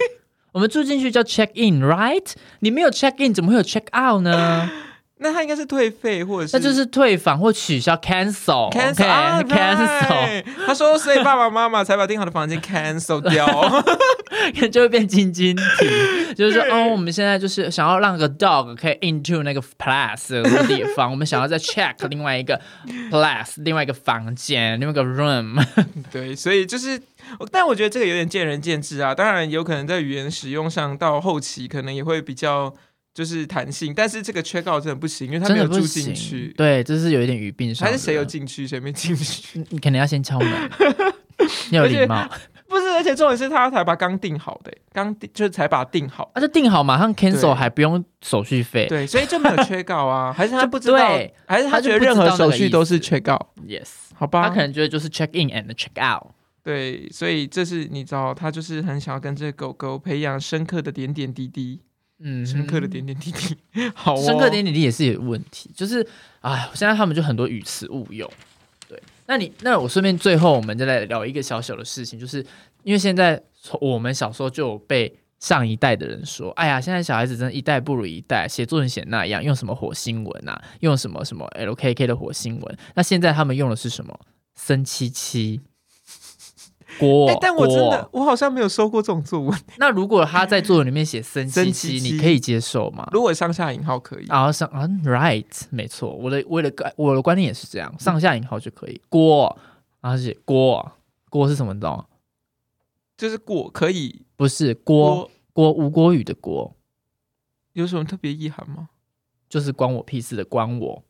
A: 我们住进去叫 check in，right？你没有 check in，怎么会有 check out 呢？
B: 那他应该是退费或者是
A: 那就是退房或取消 cancel，cancel
B: cancel 啊
A: (laughs) cancel，
B: right 他说，所以爸爸妈妈才把订好的房间 cancel 掉。
A: (laughs) 就会变晶晶
B: (laughs)
A: 体，就是说，哦，我们现在就是想要让个 dog 可以 into 那个 plus 的那个地
B: (laughs)
A: 方，我们想要再 check 另外一个 plus，另外一个房间，另外一个 room，
B: 对，所以就是，但我觉得这个有点见仁见智啊。当然，有可能在语言使用上到后期可能也会比较就是弹性，但是这个 check out 真的不行，因为他
A: (laughs) 真
B: 没有
A: 的不
B: 住进
A: 行
B: 去。。
A: 对，这是有一点语病上
B: 还
A: 的。
B: 是谁有进去，谁没进去？ (laughs)
A: 你？你可能要先敲门， (laughs) 要有礼貌。
B: 不是，而且重点是他才把刚定好的、欸刚定就是才把定好，
A: 啊，就定好马上 cancel，
B: 对
A: 还不用手续费。
B: 对，所以就没有缺告啊， (laughs) 还是他不知道
A: 对，
B: 还是他觉得任何手续都是缺告，
A: Yes，他
B: 好吧
A: 可？能觉得就是 check in and check out。
B: 对，所以这是你知道，他就是很想要跟这个狗狗培养深刻的点点滴滴，
A: 嗯，
B: 深刻的点点滴滴，好、哦，
A: 深刻点点滴也是有问题，就是哎，现在他们就很多语词误用。对，那你那我顺便最后我们再来聊一个小小的事情，就是因为现在从我们小时候就有被上一代的人说，哎呀，现在小孩子真的一代不如一代，写作文写那样，用什么火星文啊，用什么什么 LKK 的火星文。那现在他们用的是什么？森七七。锅、
B: 哎、但我真的
A: 锅，
B: 我好像没有收过这种作文。啊
A: 那如果他在作文里面写森
B: 森
A: 七
B: 七
A: 七，
B: 七
A: 你可以接受吗？
B: 如果上下引号可以，
A: 啊，上啊，right，没错，我的为了我的观念也是这样，上下引号就可以。锅，然后写锅，锅是什么？你知道吗？
B: 就是过可以
A: 不是锅锅
B: 过，
A: 吴锅语的锅，
B: 有什么特别意涵吗？
A: 就是关我屁事的关我，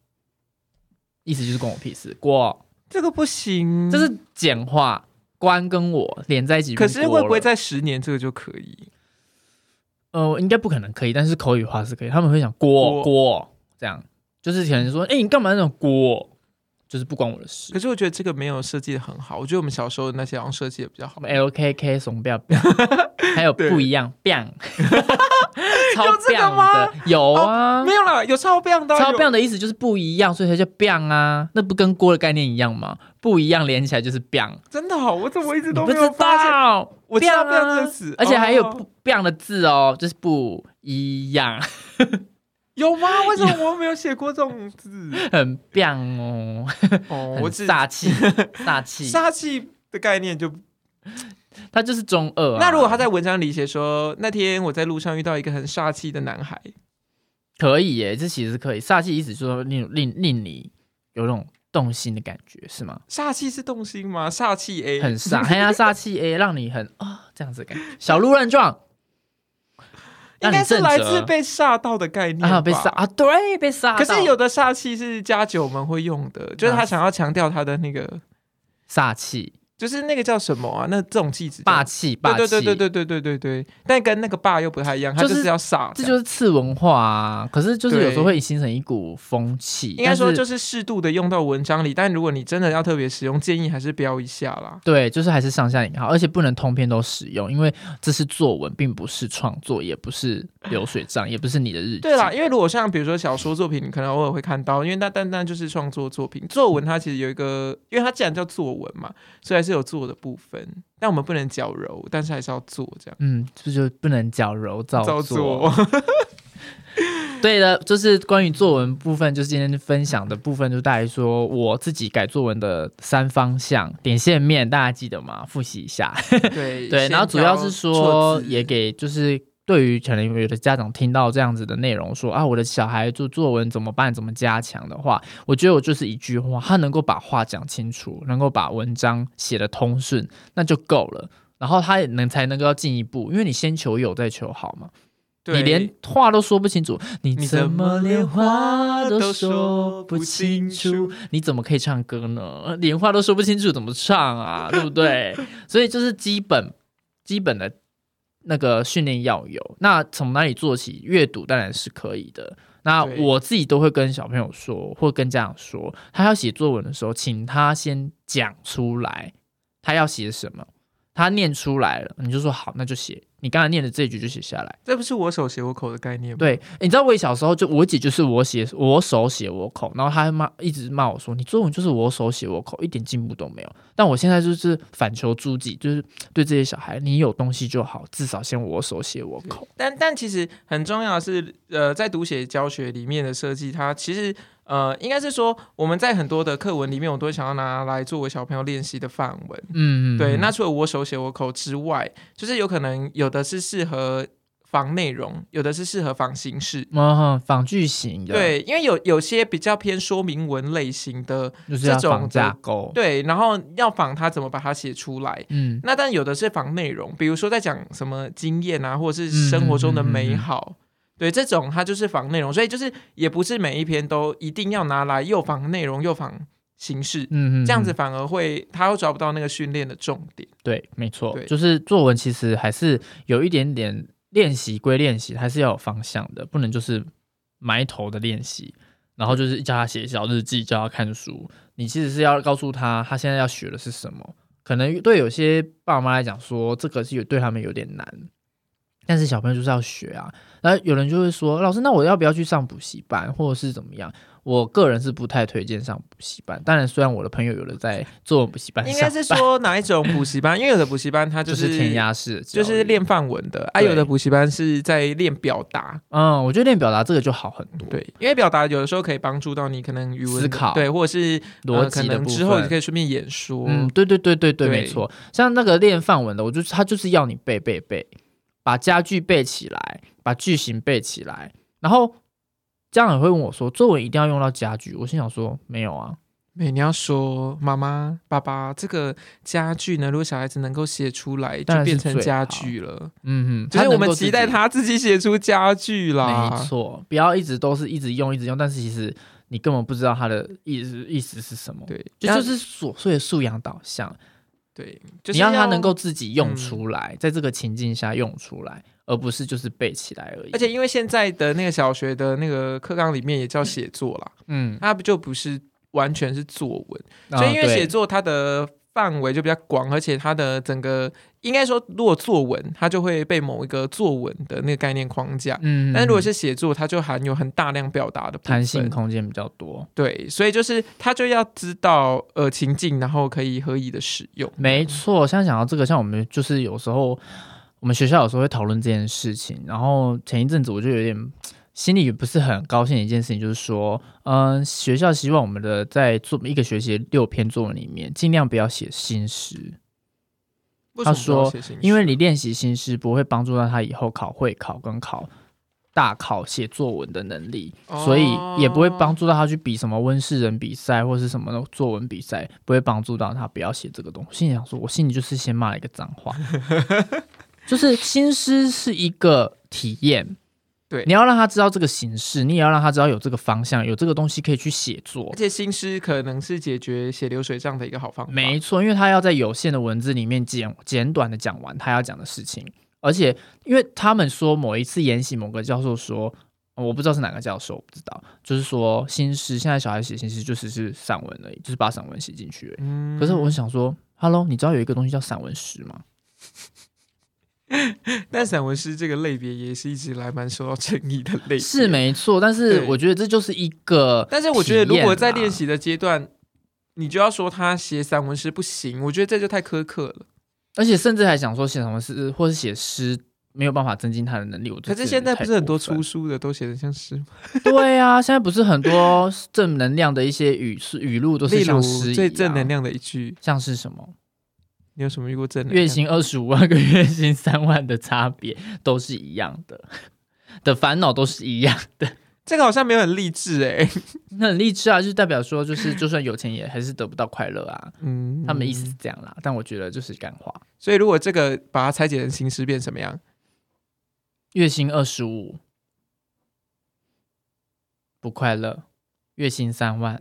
A: 意思就是关我屁事。锅，
B: 这个不行，
A: 这是简化，关跟我连在一起。
B: 嗯可是会不会？在十年这个就可以？
A: 呃，应该不可能可以，但是口语化是可以。他们会讲锅
B: 锅
A: 锅这样，就是可能说，哎、你干嘛那种锅？就是不关我的事
B: 可。是我觉得这个没有设计的很好，我觉得我们小时候那些好像设计的比较
A: 什。
B: 好
A: 么 LKK 怂不要
B: (laughs)
A: 还有不一样 biang，超
B: 有这
A: b
B: 个
A: a
B: 吗哦
A: 的有啊，
B: 没有啦，有超棒的啊，
A: 超
B: 有
A: biang 的意思就是不一样，所以它叫 biang 啊，那不跟锅的概念一样吗？不一样连起来就是 biang，
B: 真的好，我怎么一直
A: 你
B: 都
A: 不
B: 没
A: 知
B: 有发现？
A: 道，
B: 我知
A: biang
B: 道
A: 啊
B: biang 这个词
A: 而且还有
B: 哦
A: 不 biang 的字哦，就是不一样，
B: 有吗？为什么我没有写过这种字？
A: 很 biang 哦，
B: 哦，我
A: 很
B: 只
A: 煞
B: (laughs)
A: 气，煞气，
B: 杀气的概念就。
A: 它就是中二啊。
B: 那如果他在文章里写说，那天我在路上遇到一个很煞气的男孩，
A: 可以耶，这其实是可以，煞气意思就是说令令令你有那种动心的感觉，是吗？
B: 煞气是动心吗？煞气 A
A: 很煞，黑暗煞气 A，让你很啊、这样子的感觉，小鹿乱撞，
B: 应
A: 让你
B: 该是
A: 震
B: 来自
A: 折
B: 被吓到的概念
A: 啊被
B: 吧
A: 杀啊，对，被杀到。
B: 可是有的煞气是家酒们会用的，就是他想要强调他的那个，
A: 煞气、
B: 就是那个叫什么啊？那这种气质叫
A: 霸气、霸
B: 对
A: 气，
B: 对对对对对对对对，但跟那个霸又不太一样，他
A: 就是
B: 就是要煞
A: 这
B: 这样，
A: 就是次文化啊。可是就是有时候
B: 对
A: 会形成一股风气，
B: 应该说
A: 但是
B: 就是适度的用到文章里，但如果你真的要特别使用，建议还是标一下啦。
A: 对，就是还是上下引号，而且不能通篇都使用，因为这是作文，并不是创作，也不是流水账，也不是你的日记。
B: 对啦，，因为如果像比如说小说作品，你可能偶尔会看到，因为那单单就是创作作品，作文它其实有一个，因为它既然叫作文嘛，所以还是有做的部分，但我们不能矫揉，但是还是要做这样。
A: 嗯，这就不能矫揉造
B: 照
A: 作。
B: 做，
A: 对的，就是关于作文部分，就是今天分享的部分，就大概说我自己改作文的三方向：点线面，大家记得吗？复习一下。
B: (laughs) 对
A: 对，
B: 先
A: 然后主要是
B: 挑
A: 说
B: 错，字
A: 也给就是对于可能有的家长听到这样子的内容说啊，我的小孩做作文怎么办？怎么加强的话，我觉得我就是一句话，他能够把话讲清楚，能够把文章写得通顺，那就够了。然后他也能才能够要进一步，因为你先求有再求好嘛。你
B: 对
A: 连话都说不清楚，你
B: 你
A: 怎
B: 怎
A: 么
B: 么
A: 连
B: 连
A: 话
B: 话
A: 都
B: 都
A: 说
B: 说
A: 不
B: 不
A: 清
B: 清
A: 楚
B: 楚？
A: 你怎么可以唱歌呢？连话都说不清楚，怎么唱
B: (laughs)
A: 啊？对不对？所以就是基本基本的那个训练要有。那从哪里做起？阅读当然是可以的。那
B: 对
A: 我自己都会跟小朋友说，或跟家长说，他要写作文的时候，请他先讲出来，他要写什么。他念出来了，你就说好，那就写。你刚才念的这一句就写下来。
B: 这不是我手写我口的概念吗？
A: 对，欸你知道我小时候就我姐就是我写我手写我口，然后她还骂一直骂我说你作文就是我手写我口，一点进步都没有。但我现在就是反求诸己，就是对这些小孩，你有东西就好，至少先我手写我口。
B: 但但其实很重要的是，呃，在读写教学里面的设计，它其实呃，应该是说我们在很多的课文里面，我都会想要拿来作为小朋友练习的范文。
A: 嗯，
B: 对，
A: 嗯
B: 那除了我手写我口之外，就是有可能有的是适合仿内容，有的是适合仿形式。
A: 嗯仿句型的，，
B: 对，因为有有些比较偏说明文类型的，
A: 就是要
B: 这种
A: 仿
B: 的
A: 架构。
B: 对，然后要仿它怎么把它写出来。
A: 嗯，
B: 那但有的是仿内容，比如说在讲什么经验啊，或者是生活
A: 嗯
B: 中的美好，对这种它就是仿内容，所以就是也不是每一篇都一定要拿来又仿内容又仿形式，
A: 嗯嗯，
B: 这样子
A: 嗯
B: 反而会它又找不到那个训练的重点。
A: 对，没错，
B: 对
A: 就是作文其实还是有一点点练习归练习，还是要有方向的，不能就是埋头的练习，然后就是叫他写小日记，叫他看书，你其实是要告诉他他现在要学的是什么。可能对有些爸妈来讲说，这个是有对他们有点难，但是小朋友就是要学啊。然后有人就会说，老师，那我要不要去上补习班，或者是怎么样？我个人是不太推荐上补习班。当然，虽然我的朋友有的在做补习班上
B: 应
A: 班，
B: 该是说哪一种补习班？因为有的补习班它
A: 哎就是是填鸭式的教
B: 就
A: 育，
B: 是练范文的，啊，
A: 对
B: 有的补习班是在练表达，
A: 嗯，我觉得练表达这个就好很多，
B: 对，因为表达有的时候可以帮助到你可能语文
A: 嗯思考
B: 对，或者是呃
A: 逻
B: 可
A: 辑的
B: 能
A: 部分。
B: 之后你可以顺便演说，
A: 嗯，对对对对对，
B: 对
A: 没错。像那个练范文的，我就他就是要你背背背，把家具背起来，把句型背起来。然后家长也会问我说，作文一定要用到家具，我心想说没有啊，
B: 对，你要说妈妈、爸爸这个家具呢，如果小孩子能够写出来，
A: 当然
B: 就
A: 是
B: 变成
A: 最
B: 家
A: 好
B: 具了。
A: 嗯嗯，
B: 就
A: 他
B: 是
A: 能
B: 我们
A: 够自
B: 期待
A: 己，
B: 他自己写出家具啦。
A: 没错，不要一直都是一直用一直用，但是其实你根本不知道他的意思意思是什么。
B: 对，
A: 就
B: 那
A: 就是琐碎的素养导向，
B: 对，就是
A: 你让他
B: 要
A: 能够，自己用
B: 嗯
A: 出来，在这个情境下用出来，而不是就是背起来而已。
B: 而且，因为现在的那个小学的那个课纲里面也叫写作啦，
A: 嗯，
B: 它不就不是完全是作文，
A: 啊
B: 所以因为
A: 对
B: 写作它的范围就比较广，而且它的整个应该说，如果作文它就会被某一个作文的那个概念框架，
A: 嗯，
B: 但如果是写作，它就含有很大量表达的部
A: 弹性
B: 分
A: 空间比较多，
B: 对，所以就是他就要知道呃情境，然后可以合理的使用。
A: 没错。像想到这个，像我们就是有时候我们学校有时候会讨论这件事情，然后前一阵子我就有点心里不是很高兴的一件事情，就是说，嗯、学校希望我们的在做一个学期的六篇作文里面，尽量不要写新诗，
B: 为
A: 他
B: 什么不
A: 说
B: 要写信
A: 因为
B: 息
A: 你练习新诗不会帮助到他以后考会考跟考。大考写作文的能力，所以
B: 哦
A: 也不会帮助到他去比什么温世仁比赛或是什么作文比赛，不会帮助到他不要写这个东西。我心里想说，我心里就是先骂了一个脏话，就是新诗是一个体验，
B: 对
A: 你要让他知道这个形式，你也要让他知道有这个方向，有这个东西可以去写作
B: 而。且新诗可能是解决写流水账的一个好方法。
A: 没错，因为他要在有限的文字里面简简短的讲完他要讲的事情，而且因为他们说某一次研习，某个教授说，呃我不知道是哪个教授，我不知道，就是说新诗，现在小孩写新诗就只是散文而已，就是把散文写进去而已。
B: 嗯
A: 可是我想说，Hello，你知道有一个东西叫散文诗吗？
B: 但散文诗这个类别也是一直来蛮受到争议的类别。
A: 是没错，但是
B: 对
A: 我觉得这就是一个，
B: 但是我觉得如果在练。习的阶段，你就要说他写散文诗不行，我觉得这就太苛刻了。
A: 而且甚至还想说写什么诗，或是写诗没有办法增进他的能力。我觉
B: 可
A: 得
B: 是
A: 这
B: 现在
A: 太
B: 不是很
A: 过
B: 多
A: 分
B: 出书的都写的像诗吗？
A: 对啊，现在不是很多正能量的一些语是语录都
B: 例
A: 是像
B: 如
A: 诗一
B: 最
A: 样，
B: 正能量的一句，
A: 像是什么
B: 你有什么遇过正能量？
A: 月薪二十五万跟月薪三万的差别都是一样的， (laughs) 的烦恼都是一样。
B: 这个好像没有很励志哎、
A: (laughs) 那很励志啊，就是代表说，就是就算有钱也还是得不到快乐啊。
B: 嗯，
A: 他们的意思是这样啦，但我觉得就是干话。
B: 所以如果这个把它拆解成新诗变什
A: (laughs)
B: 么样？
A: 月薪二十五不快乐，月薪三
B: (laughs)
A: 万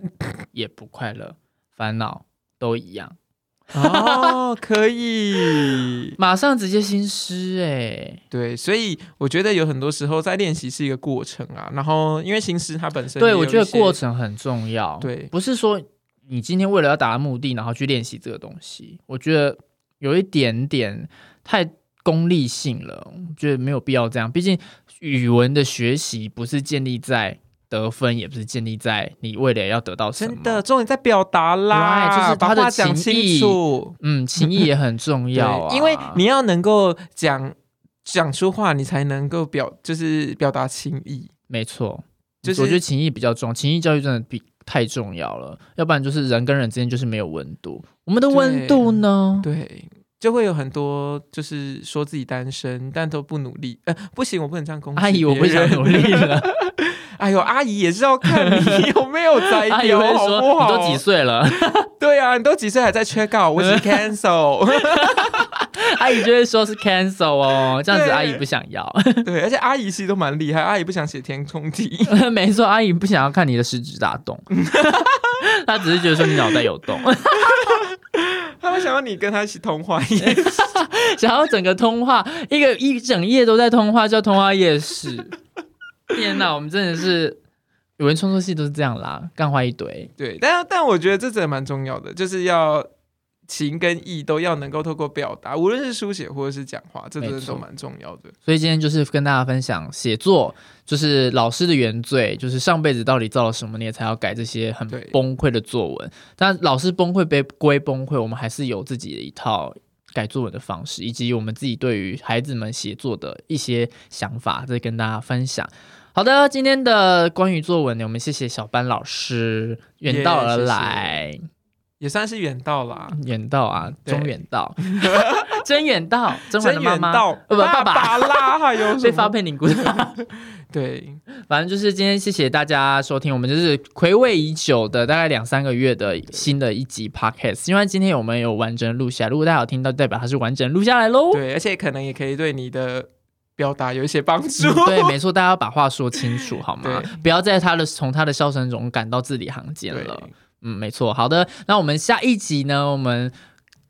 A: 也不快乐，烦恼都一样。
B: 哦，可以。
A: 马上直接新诗哎、
B: 对，所以我觉得有很多时候在练习是一个过程啊。然后因为新诗它本身也
A: 对
B: 有
A: 我觉得
B: 一些
A: 过程很重要，，
B: 对
A: 不是说你今天为了要达到目的，然后去练习这个东西，我觉得有一点点太功利性了，我觉得没有必要这样。毕竟语文的学习不是建立在得分，也不是建立在你为了要得到什么
B: 真的重点在表达啦
A: Right，就是
B: 把
A: 它的
B: 话讲
A: 情
B: 清
A: 意
B: 楚。
A: 嗯，情谊也很重
B: (laughs) 对
A: 要啊，
B: 因为你要能够讲讲出话，你才能够表就是表达情意。
A: 没错，
B: 就是
A: 我觉得情谊比较重要，情谊教育真的比太重要了，要不然就是人跟人之间就是没有温度。我们的温度呢？
B: 对，就会有很多就是说自己单身，但都不努力。呃，不行，我不能这样攻击
A: 阿姨，我不
B: 别
A: 想
B: 人
A: 努力了。
B: (laughs) 哎呦，阿姨也是要
A: (laughs)
B: 看你有没有才
A: 阿姨
B: 调，
A: 会
B: 好
A: 说：“
B: 不
A: 你
B: 好？
A: 都几？岁 (laughs) 了
B: 对啊，你都几岁还在缺
A: (laughs)
B: 告？我只 cancel。？” (laughs)
A: 阿姨就会说是 cancel (laughs) 哦，这样子
B: 对
A: 阿姨不想要。 (laughs)
B: 对，而且阿姨其实都蛮厉害，阿姨不想写填空题。
A: 没错，阿姨不想要看你的食指大 (laughs) 动，她只是觉得说你脑袋有洞，
B: 他们想要你跟他一起通话
A: (laughs)
B: 一样，
A: (laughs) 想要整个通话一个一整夜都在通话，叫通话夜 (laughs) 市。天哪，我们真的是语文创作系都是这样啦，干话一堆。
B: 对，但但我觉得这真的蛮重要的，就是要情跟意都要能够透过表达，无论是书写或者是讲话，这真的
A: 没错
B: 都蛮重要的。
A: 所以今天就是跟大家分享写作，就是老师的原罪，就是上辈子到底造了什么孽，才要改这些很
B: 对
A: 崩溃的作文。但老师崩溃被归崩溃，我们还是有自己的一套改作文的方式，以及我们自己对于孩子们写作的一些想法，再跟大家分享。好的，今天的关于作文呢，我们谢谢小班老师远道而
B: 耶谢谢
A: 来
B: 也算是远道啦，
A: 远道啊，
B: 对
A: 中远 (laughs) 道，真远道，甄嬛的
B: 真
A: 妈
B: 远
A: 妈，
B: 道
A: 呃不爸爸
B: 爸啦，还有什
A: 被发
B: 么？
A: 配凝固。
B: 对，
A: 反正就是今天谢谢大家收听，我们就是暌违已久的大概两三个月的新的一集 podcast，因为今天我们有完整录下来，如果大家有听到，代表它是完整录下来喽。
B: 对，而且可能也可以对你的表达有一些帮助。
A: 嗯对，没错，大家要把话说清楚，好
B: (laughs)
A: 吗？不要在他的从他的笑声中感到字里行间
B: 对，
A: 了。嗯，没错。好的，那我们下一集呢，我们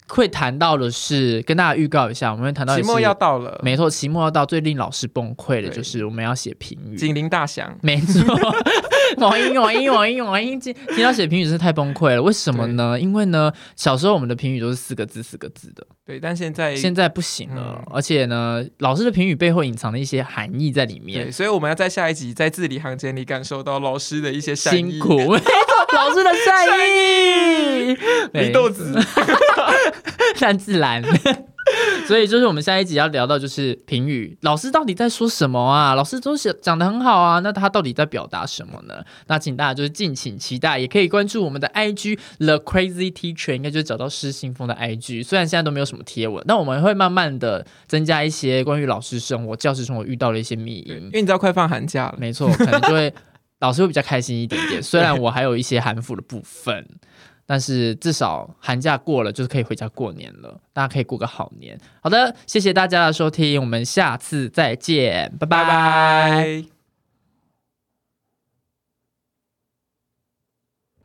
A: 会谈到的是，跟大家预告一下，我们会谈到的
B: 期
A: 是
B: 末要到了，
A: 没错，期末要到最令老师崩溃的
B: 对
A: 就是我们要写评语。
B: 警铃大响。
A: 没错，网音网音网音网音，听听到写评语真是太崩溃了。为什么呢？因为呢，小时候我们的评语都是四个字四个字的，
B: 对，但现在
A: 现在不行了。
B: 嗯
A: 而且呢，老师的评语背后隐藏了一些含义在里面
B: 对，。所以我们要在下一集在字里行间里感受到老师的一些善意
A: 辛苦，没错老师的善意，
B: (laughs) 李
A: 对
B: 豆子，
A: (laughs) 善自然。所以就是我们下一集要聊到就是评语，老师到底在说什么啊？老师都是讲的很好啊，那他到底在表达什么呢？那请大家就是敬请期待，也可以关注我们的 IG The Crazy Teacher，应该就是找到施信峰的 IG。虽然现在都没有什么贴文，但我们会慢慢的增加一些关于老师生活、教师生活遇到的一些密
B: 对
A: 因
B: 因。为你知道快放寒假了，
A: 没错，可能就会老师会比较开心一点 (laughs) 点。虽然我还有一些韩服的部分，但是至少寒假过了，就是可以回家过年了，大家可以过个好年。好的，谢谢大家的收听，我们下次再见，拜
B: 拜
A: 拜
B: 拜。